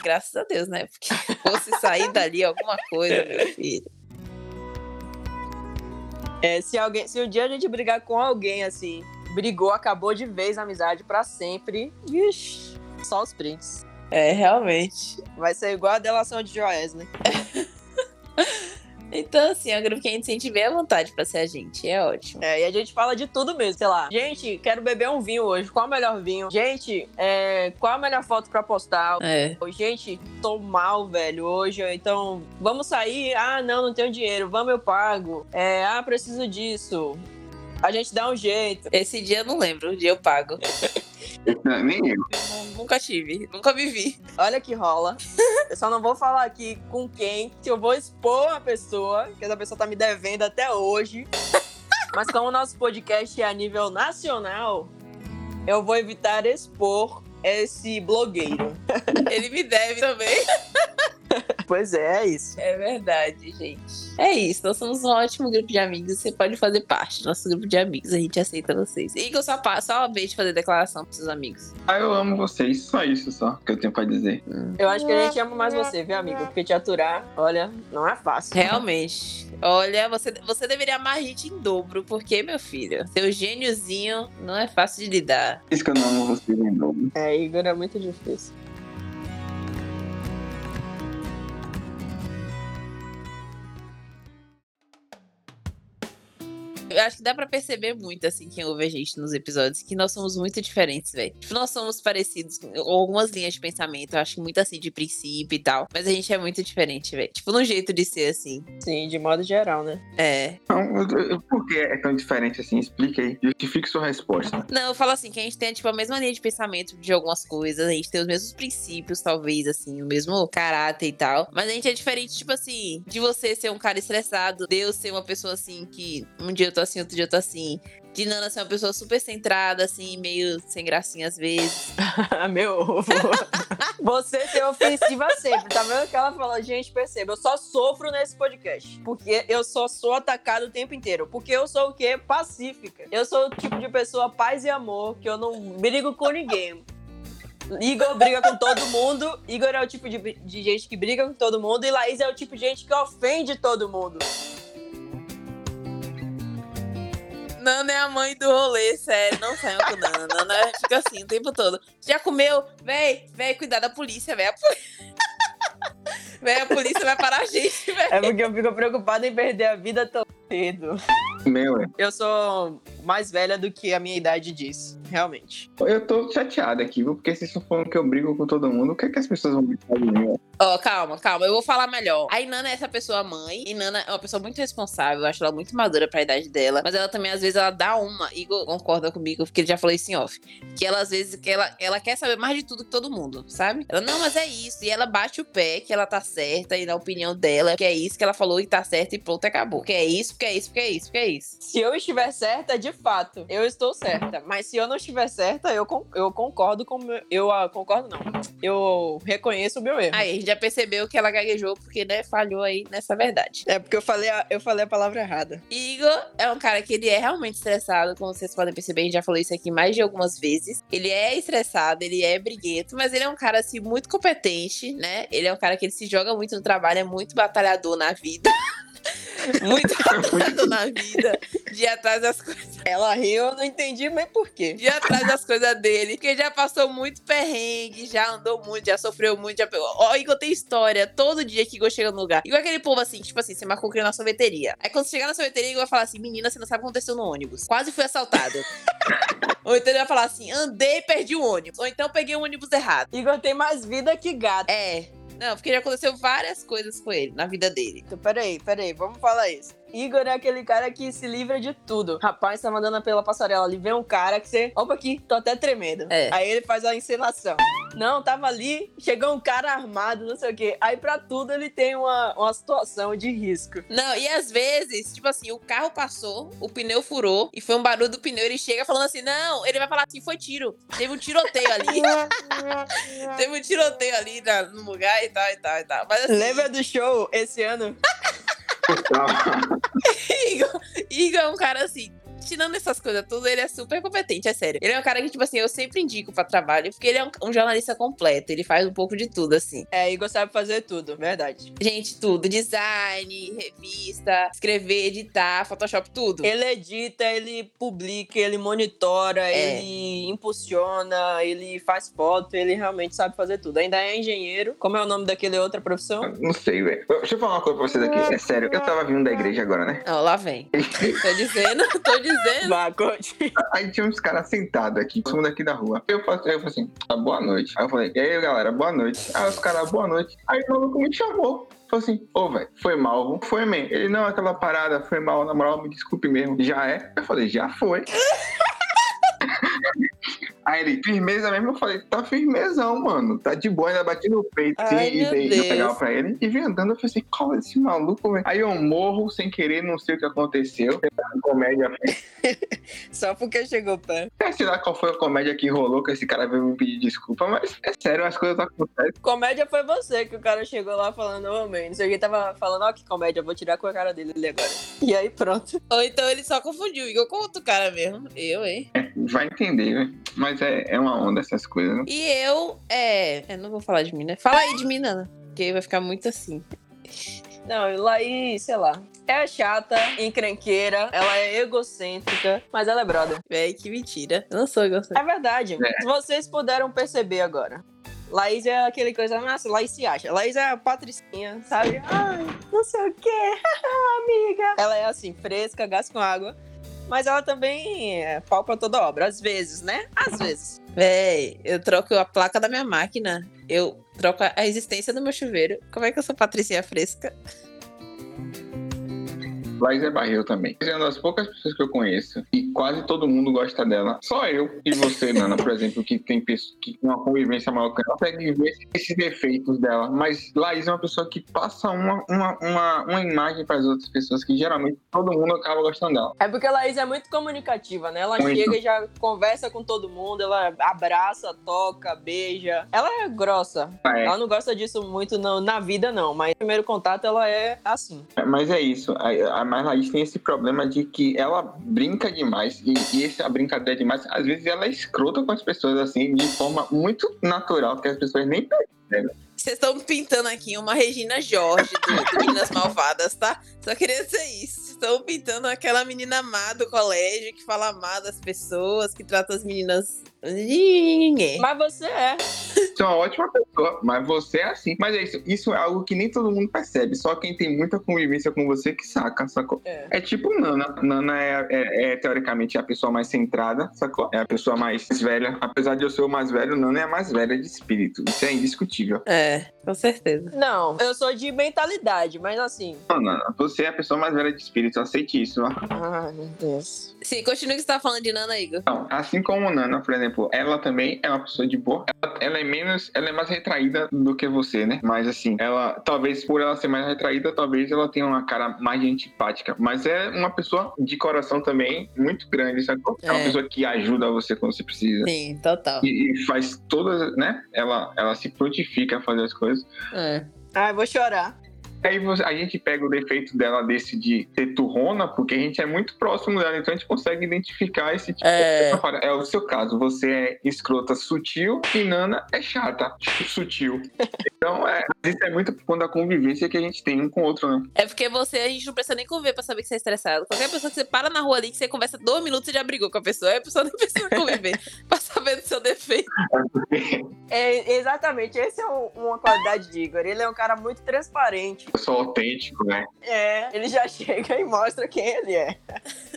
[SPEAKER 1] Graças a Deus, né? Porque se <laughs> fosse sair dali alguma coisa, meu filho.
[SPEAKER 3] É, se alguém, se um dia a gente brigar com alguém assim, brigou, acabou de vez a amizade pra sempre. Ixi, só os prints.
[SPEAKER 1] É, realmente.
[SPEAKER 3] Vai ser igual a delação de né? Joesley.
[SPEAKER 1] Então, assim, é um grupo que a gente sente bem à vontade pra ser a gente. É ótimo.
[SPEAKER 3] É, e a gente fala de tudo mesmo, sei lá. Gente, quero beber um vinho hoje. Qual o melhor vinho? Gente, é, qual a melhor foto pra postar?
[SPEAKER 1] É.
[SPEAKER 3] Ô, Gente, tô mal, velho, hoje. Então, vamos sair? Ah, não, não tenho dinheiro. Vamos, eu pago. É, ah, preciso disso. A gente dá um jeito.
[SPEAKER 1] Esse dia eu não lembro, o dia eu pago.
[SPEAKER 2] Não, É, nem eu.
[SPEAKER 1] Nunca tive, nunca vivi.
[SPEAKER 3] Olha que <laughs> rola. Eu só não vou falar aqui com quem, que eu vou expor a pessoa, que essa pessoa tá me devendo até <laughs> hoje. Mas como o nosso podcast é a nível nacional, eu vou evitar expor esse blogueiro.
[SPEAKER 1] Ele me deve também.
[SPEAKER 3] Pois é, é isso.
[SPEAKER 1] É verdade, gente. É isso. Nós somos um ótimo grupo de amigos. Você pode fazer parte do nosso grupo de amigos. A gente aceita vocês. E que eu só, pa- só vez de fazer declaração pros seus amigos.
[SPEAKER 2] Ah, eu amo vocês. Só isso só que eu tenho pra dizer.
[SPEAKER 3] Eu acho que a gente ama mais você, viu, amigo? Porque te aturar, olha, não é
[SPEAKER 1] <laughs>
[SPEAKER 3] fácil.
[SPEAKER 1] Realmente. Olha, você, você deveria amar a gente em dobro. Porque, meu filho, seu gêniozinho não é fácil de lidar.
[SPEAKER 2] Isso que eu não amo vocês em dobro.
[SPEAKER 3] É, Igor é muito difícil.
[SPEAKER 1] eu acho que dá pra perceber muito, assim, quem ouve a gente nos episódios, que nós somos muito diferentes, velho. Tipo, nós somos parecidos com algumas linhas de pensamento, eu acho que muito assim, de princípio e tal. Mas a gente é muito diferente, velho. Tipo, no jeito de ser, assim.
[SPEAKER 3] Sim, de modo geral, né?
[SPEAKER 1] É.
[SPEAKER 2] Então, eu- eu- por que é tão diferente assim? Explica aí. Justifique sua resposta.
[SPEAKER 1] Não, eu falo assim, que a gente tem, tipo, a mesma linha de pensamento de algumas coisas, a gente tem os mesmos princípios, talvez, assim, o mesmo caráter e tal. Mas a gente é diferente, tipo assim, de você ser um cara estressado, de eu ser uma pessoa assim, que um dia eu tô assim, outro dia eu tô assim. De Nana ser uma pessoa super centrada, assim, meio sem gracinha às vezes.
[SPEAKER 3] <laughs> Meu ovo. Você ser ofensiva sempre, tá vendo o que ela falou? Gente, perceba, eu só sofro nesse podcast. Porque eu só sou atacada o tempo inteiro. Porque eu sou o quê? Pacífica. Eu sou o tipo de pessoa paz e amor, que eu não brigo com ninguém. Igor briga com todo mundo, Igor é o tipo de, de gente que briga com todo mundo, e Laís é o tipo de gente que ofende todo mundo.
[SPEAKER 1] Nana é a mãe do rolê, sério. Não saiam com Nana. Nana fica assim o tempo todo. Já comeu? Véi, véi, cuidar da polícia, véi. A, poli- <laughs> véi, a polícia vai parar a gente, véi.
[SPEAKER 3] É porque eu fico preocupada em perder a vida tão cedo.
[SPEAKER 2] Meu, é.
[SPEAKER 3] Eu sou mais velha do que a minha idade diz, realmente.
[SPEAKER 2] eu tô chateado aqui, viu? Porque vocês estão falando que eu brigo com todo mundo. O que, é que as pessoas vão pensar de mim?
[SPEAKER 1] Ó, calma, calma, eu vou falar melhor. A Inanna é essa pessoa mãe, e Nana é uma pessoa muito responsável, eu acho ela muito madura pra idade dela, mas ela também, às vezes, ela dá uma, Igor concorda comigo, porque ele já falou isso em off, que ela, às vezes, que ela, ela quer saber mais de tudo que todo mundo, sabe? Ela, não, mas é isso, e ela bate o pé que ela tá certa, e na opinião dela, que é isso que ela falou e tá certa, e pronto, acabou. Que é isso, que é isso, que é isso, que é isso.
[SPEAKER 3] Se eu estiver certa, de fato, eu estou certa. Mas se eu não estiver certa, eu, con- eu concordo com o meu, eu ah, concordo não. Eu reconheço o meu erro.
[SPEAKER 1] Aí, a gente já percebeu que ela gaguejou, porque, né, falhou aí nessa verdade.
[SPEAKER 3] É porque eu falei a, eu falei a palavra errada.
[SPEAKER 1] Igor é um cara que ele é realmente estressado, como vocês podem perceber, a gente já falou isso aqui mais de algumas vezes. Ele é estressado, ele é briguento, mas ele é um cara assim muito competente, né? Ele é um cara que ele se joga muito no trabalho, é muito batalhador na vida. <laughs> muito batalhador na vida, de ir atrás das
[SPEAKER 3] Ela riu, eu não entendi nem por quê.
[SPEAKER 1] de ir atrás das coisas dele. Porque já passou muito perrengue, já andou muito, já sofreu muito, já pegou. Ó, Igor tem história. Todo dia que Igor chega no lugar. Igual aquele povo assim, tipo assim, você marcou que na sorveteria. Aí quando você chegar na sorveteria, Igor vai falar assim: menina, você não sabe o que aconteceu no ônibus. Quase fui assaltado. Ou então ele vai falar assim: andei e perdi o ônibus. Ou então peguei o ônibus errado.
[SPEAKER 3] Igor tem mais vida que gato.
[SPEAKER 1] É. Não, porque já aconteceu várias coisas com ele na vida dele.
[SPEAKER 3] Então, Peraí, peraí, vamos falar isso. Igor é aquele cara que se livra de tudo. Rapaz, tá mandando pela passarela ali, vem um cara que você. Opa, aqui, tô até tremendo.
[SPEAKER 1] É.
[SPEAKER 3] Aí ele faz a encenação. Não, tava ali, chegou um cara armado, não sei o quê. Aí pra tudo ele tem uma, uma situação de risco.
[SPEAKER 1] Não, e às vezes, tipo assim, o carro passou, o pneu furou, e foi um barulho do pneu, ele chega falando assim, não, ele vai falar assim, foi tiro, teve um tiroteio
[SPEAKER 3] <laughs>
[SPEAKER 1] ali. <laughs> teve um tiroteio ali na- no lugar e tal, e tal, e tal. Mas assim,
[SPEAKER 3] Lembra do show esse ano?
[SPEAKER 1] <laughs>
[SPEAKER 2] Ah,
[SPEAKER 1] Igor, Igor é um cara assim. Tirando essas coisas tudo, ele é super competente, é sério. Ele é um cara que, tipo assim, eu sempre indico pra trabalho, porque ele é um, um jornalista completo, ele faz um pouco de tudo, assim.
[SPEAKER 3] É, Igor sabe fazer tudo, verdade.
[SPEAKER 1] Gente, tudo. Design, revista, escrever, editar, Photoshop, tudo.
[SPEAKER 3] Ele edita, ele publica, ele monitora,
[SPEAKER 1] É.
[SPEAKER 3] ele impulsiona, ele faz foto, ele realmente sabe fazer tudo. Ainda é engenheiro. Como é o nome daquele outra profissão?
[SPEAKER 2] Não sei, velho. Deixa eu falar uma coisa pra vocês aqui. É sério, eu tava vindo da igreja agora, né?
[SPEAKER 1] Ó, lá vem. Tô dizendo, <laughs> tô dizendo.
[SPEAKER 3] <laughs> Vá, conte.
[SPEAKER 2] Aí tinha uns caras sentados aqui, todo mundo aqui da rua. Eu passei, eu falei assim, ah, boa noite. Aí eu falei, e aí galera, boa noite. Aí os caras, boa noite. Aí o maluco me chamou. Falou assim, ô velho, foi mal, viu? foi mesmo. Ele, não, aquela parada, foi mal, na moral, me desculpe mesmo. Já é? Eu falei, já foi.
[SPEAKER 1] <laughs>
[SPEAKER 2] Aí ele, firmeza mesmo? Eu falei, tá firmezão, mano. Tá de boa, ainda bati no peito.
[SPEAKER 1] Ai,
[SPEAKER 2] assim, e
[SPEAKER 1] meu
[SPEAKER 2] dei
[SPEAKER 1] Deus.
[SPEAKER 2] eu pegava pra ele. E vim andando, eu falei assim, qual é esse maluco, velho? Aí eu morro sem querer, não sei o que aconteceu. Comédia
[SPEAKER 3] Só porque chegou pé.
[SPEAKER 2] é, sei lá qual foi a comédia que rolou que esse cara veio me pedir desculpa, mas é sério, as coisas acontecem.
[SPEAKER 3] Comédia foi você que o cara chegou lá falando, ô, man, não sei o que, tava falando, ó, que comédia, vou tirar com a cara dele ali agora. E aí, pronto.
[SPEAKER 1] Ou então ele só confundiu o Igor com outro cara mesmo. Eu, hein?
[SPEAKER 2] Vai entender, né? Mas é, é uma onda essas coisas, né?
[SPEAKER 1] E eu, é. Eu não vou falar de mim, né? Fala aí de mim, Nana. Porque vai ficar muito assim.
[SPEAKER 3] Não, e Laís, sei lá. É chata, encrenqueira, ela é egocêntrica, mas ela é brother.
[SPEAKER 1] Véi, que mentira. Eu não sou gostosa.
[SPEAKER 3] É verdade. Vocês puderam perceber agora. Laís é aquele coisa, nossa, Laís se acha. Laís é a patricinha, <laughs> sabe? Ai, não sei o quê, amiga. Ela é assim, fresca, gás com água. mas ela também é pau pra toda obra, às vezes, né? Às vezes.
[SPEAKER 1] Véi, eu troco a placa da minha máquina. Eu troco a resistência do meu chuveiro. Como é que eu sou Patricinha Fresca?
[SPEAKER 2] Laís é barril também. Ela É uma das poucas pessoas que eu conheço e quase todo mundo gosta dela. Só eu e você, Nana, por exemplo, que tem pessoa que tem uma convivência maior que ela, consegue ver esses defeitos dela. Mas Laís é uma pessoa que passa uma, uma, uma, uma imagem para as outras pessoas que geralmente todo mundo acaba gostando dela.
[SPEAKER 3] É porque a Laís é muito comunicativa, né? Ela
[SPEAKER 2] Muito.
[SPEAKER 3] chega e já conversa com todo mundo, ela abraça, toca, beija. Ela é grossa.
[SPEAKER 2] É.
[SPEAKER 3] Ela não gosta disso muito não, na vida, não, mas no primeiro contato ela é assim.
[SPEAKER 2] Mas é isso. A, a mas Laís tem esse problema de que ela brinca demais. E, e essa brincadeira demais, às vezes ela é escrota com as pessoas, assim, de forma muito natural, que as pessoas nem
[SPEAKER 1] Vocês estão pintando aqui uma Regina Jorge do, do Minas Malvadas, tá? Só queria dizer isso. Estão pintando aquela menina má do colégio que fala má das pessoas, que trata as meninas. Ninguém.
[SPEAKER 3] Mas você é.
[SPEAKER 2] Você é uma ótima pessoa, mas você é assim. Mas é isso. Isso é algo que nem todo mundo percebe. Só quem tem muita convivência com você que saca, sacou?
[SPEAKER 3] É.
[SPEAKER 2] É tipo Nana. Nana é, é- é, teoricamente a pessoa mais centrada, sacou? É a pessoa mais velha. Apesar de eu ser o mais velho, Nana é a mais velha de espírito. Isso é indiscutível.
[SPEAKER 1] É, com certeza.
[SPEAKER 3] Não, eu sou de mentalidade, mas assim.
[SPEAKER 2] Não, Nana, você é a pessoa mais velha de espírito. Aceite isso. ó.
[SPEAKER 3] Ai, meu Deus.
[SPEAKER 1] Sim, continua o que você tá falando de Nana, Igor.
[SPEAKER 2] Então, assim como Nana, por exemplo, ela também é uma pessoa de boa. Ela, ela é menos, ela é mais retraída do que você, né? Mas assim, ela, talvez por ela ser mais retraída, talvez ela tenha uma cara mais antipática. Mas é uma pessoa de coração também muito grande, sacou? É, uma
[SPEAKER 1] É.
[SPEAKER 2] pessoa que ajuda você quando você precisa.
[SPEAKER 1] Sim, total.
[SPEAKER 2] E, e faz todas, né? Ela, ela se prontifica a fazer as coisas.
[SPEAKER 1] É.
[SPEAKER 3] Ai, vou chorar.
[SPEAKER 2] Aí você- a gente pega o defeito dela desse de ser turrona, porque a gente é muito próximo dela, então a gente consegue identificar esse tipo
[SPEAKER 1] É.
[SPEAKER 2] Agora, é o seu caso. Você é escrota sutil e Nana é chata sutil. Então, é, isso é muito por conta da convivência que a gente tem um com o outro, né?
[SPEAKER 1] É porque você, a gente não precisa nem conviver pra saber que você é estressado. Qualquer pessoa que você para na rua ali, que você conversa dois minutos, você já brigou com a pessoa. Aí a pessoa nem precisa <laughs> conviver pra saber do seu defeito.
[SPEAKER 3] É, exatamente, essa é um- uma qualidade de Igor. Ele é um cara muito transparente.
[SPEAKER 2] Eu sou autêntico, né?
[SPEAKER 3] É, ele já <laughs> chega e mostra quem ele é.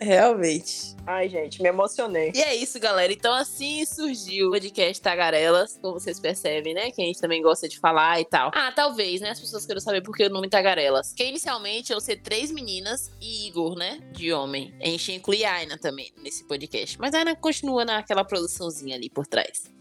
[SPEAKER 1] Realmente.
[SPEAKER 3] Ai, gente, me emocionei.
[SPEAKER 1] E é isso, galera. Então, assim surgiu o podcast Tagarelas, como vocês percebem, né? Que a gente também gosta de falar e tal. Ah, talvez, né? As pessoas queiram saber por que o nome Tagarelas. Que inicialmente iam ser três meninas e Igor, né? De homem. A gente inclui a Aina também nesse podcast. Mas a Aina continua naquela produçãozinha ali por trás.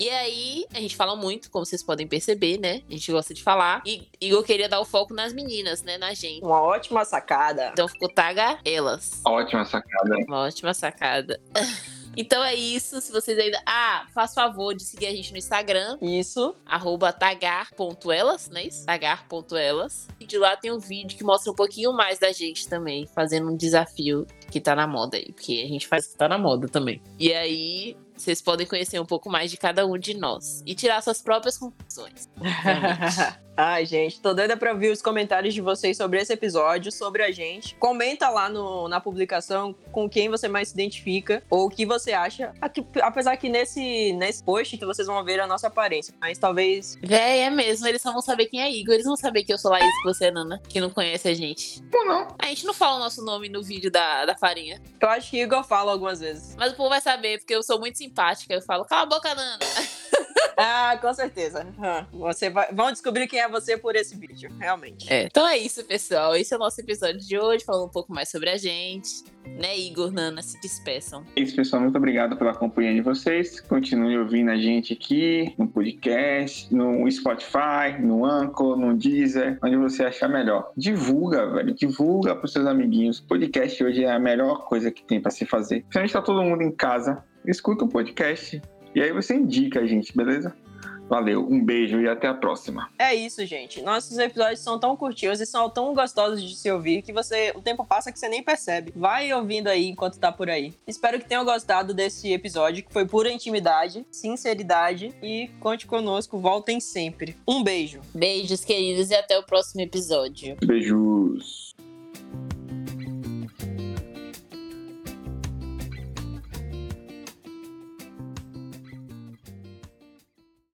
[SPEAKER 1] E aí, a gente fala muito, como vocês podem perceber, né? A gente gosta de falar. E Igor queria dar o foco nas meninas, né? Na gente.
[SPEAKER 3] Uma ótima sacada.
[SPEAKER 1] Então ficou Tagarelas.
[SPEAKER 2] Ótima sacada.
[SPEAKER 1] Uma ótima sacada. <laughs> Então é isso. Se vocês ainda. Ah, faz favor de seguir a gente no Instagram,
[SPEAKER 3] Isso.
[SPEAKER 1] arroba tagar.elas, não é isso? Tagar.elas. E de lá tem um vídeo que mostra um pouquinho mais da gente também, fazendo um desafio que tá na moda aí. Porque a gente faz o que tá na moda também. E aí, vocês podem conhecer um pouco mais de cada um de nós. E tirar suas próprias conclusões. Realmente.
[SPEAKER 3] <laughs> Ai, gente, tô doida pra ouvir os comentários de vocês sobre esse episódio, sobre a gente. Comenta lá no- na publicação com quem você mais se identifica ou o que você acha. Aqui- apesar que nesse, nesse post que vocês vão ver a nossa aparência, mas talvez.
[SPEAKER 1] Véi, é mesmo. Eles só vão saber quem é Igor. Eles vão saber que eu sou Laís e que você é Nana. Que não conhece a gente.
[SPEAKER 2] Ou não?
[SPEAKER 1] A gente não fala o nosso nome no vídeo da, da farinha.
[SPEAKER 3] Eu acho que Igor fala algumas vezes. <laughs>
[SPEAKER 1] Mas o povo vai saber, porque eu sou muito simpática. Eu falo, cala a boca, Nana.
[SPEAKER 3] Ah, com certeza. Aham. Você vai, vão descobrir quem é você por esse vídeo, realmente.
[SPEAKER 1] É, então é isso, pessoal. Esse é o nosso episódio de hoje, falando um pouco mais sobre a gente. Né, Igor, Nana, se despeçam.
[SPEAKER 2] É Isso, pessoal. Muito obrigado pela companhia de vocês. Continuem ouvindo a gente aqui no podcast, no Spotify, no Anchor, no Deezer, onde você achar melhor. Divulga, velho. Divulga pros seus amiguinhos. Podcast hoje é a melhor coisa que tem pra se fazer. Principalmente tá todo mundo em casa. Escuta o podcast. E aí você indica a gente, beleza? Valeu, um beijo e até a próxima.
[SPEAKER 3] É isso, gente. Nossos episódios são tão curtinhos e são tão gostosos de se ouvir que você o tempo passa que você nem percebe. Vai ouvindo aí enquanto tá por aí. Espero que tenham gostado desse episódio, que foi pura intimidade, sinceridade e conte conosco, voltem sempre. Um beijo.
[SPEAKER 1] Beijos, queridos, e até o próximo episódio.
[SPEAKER 2] Beijos.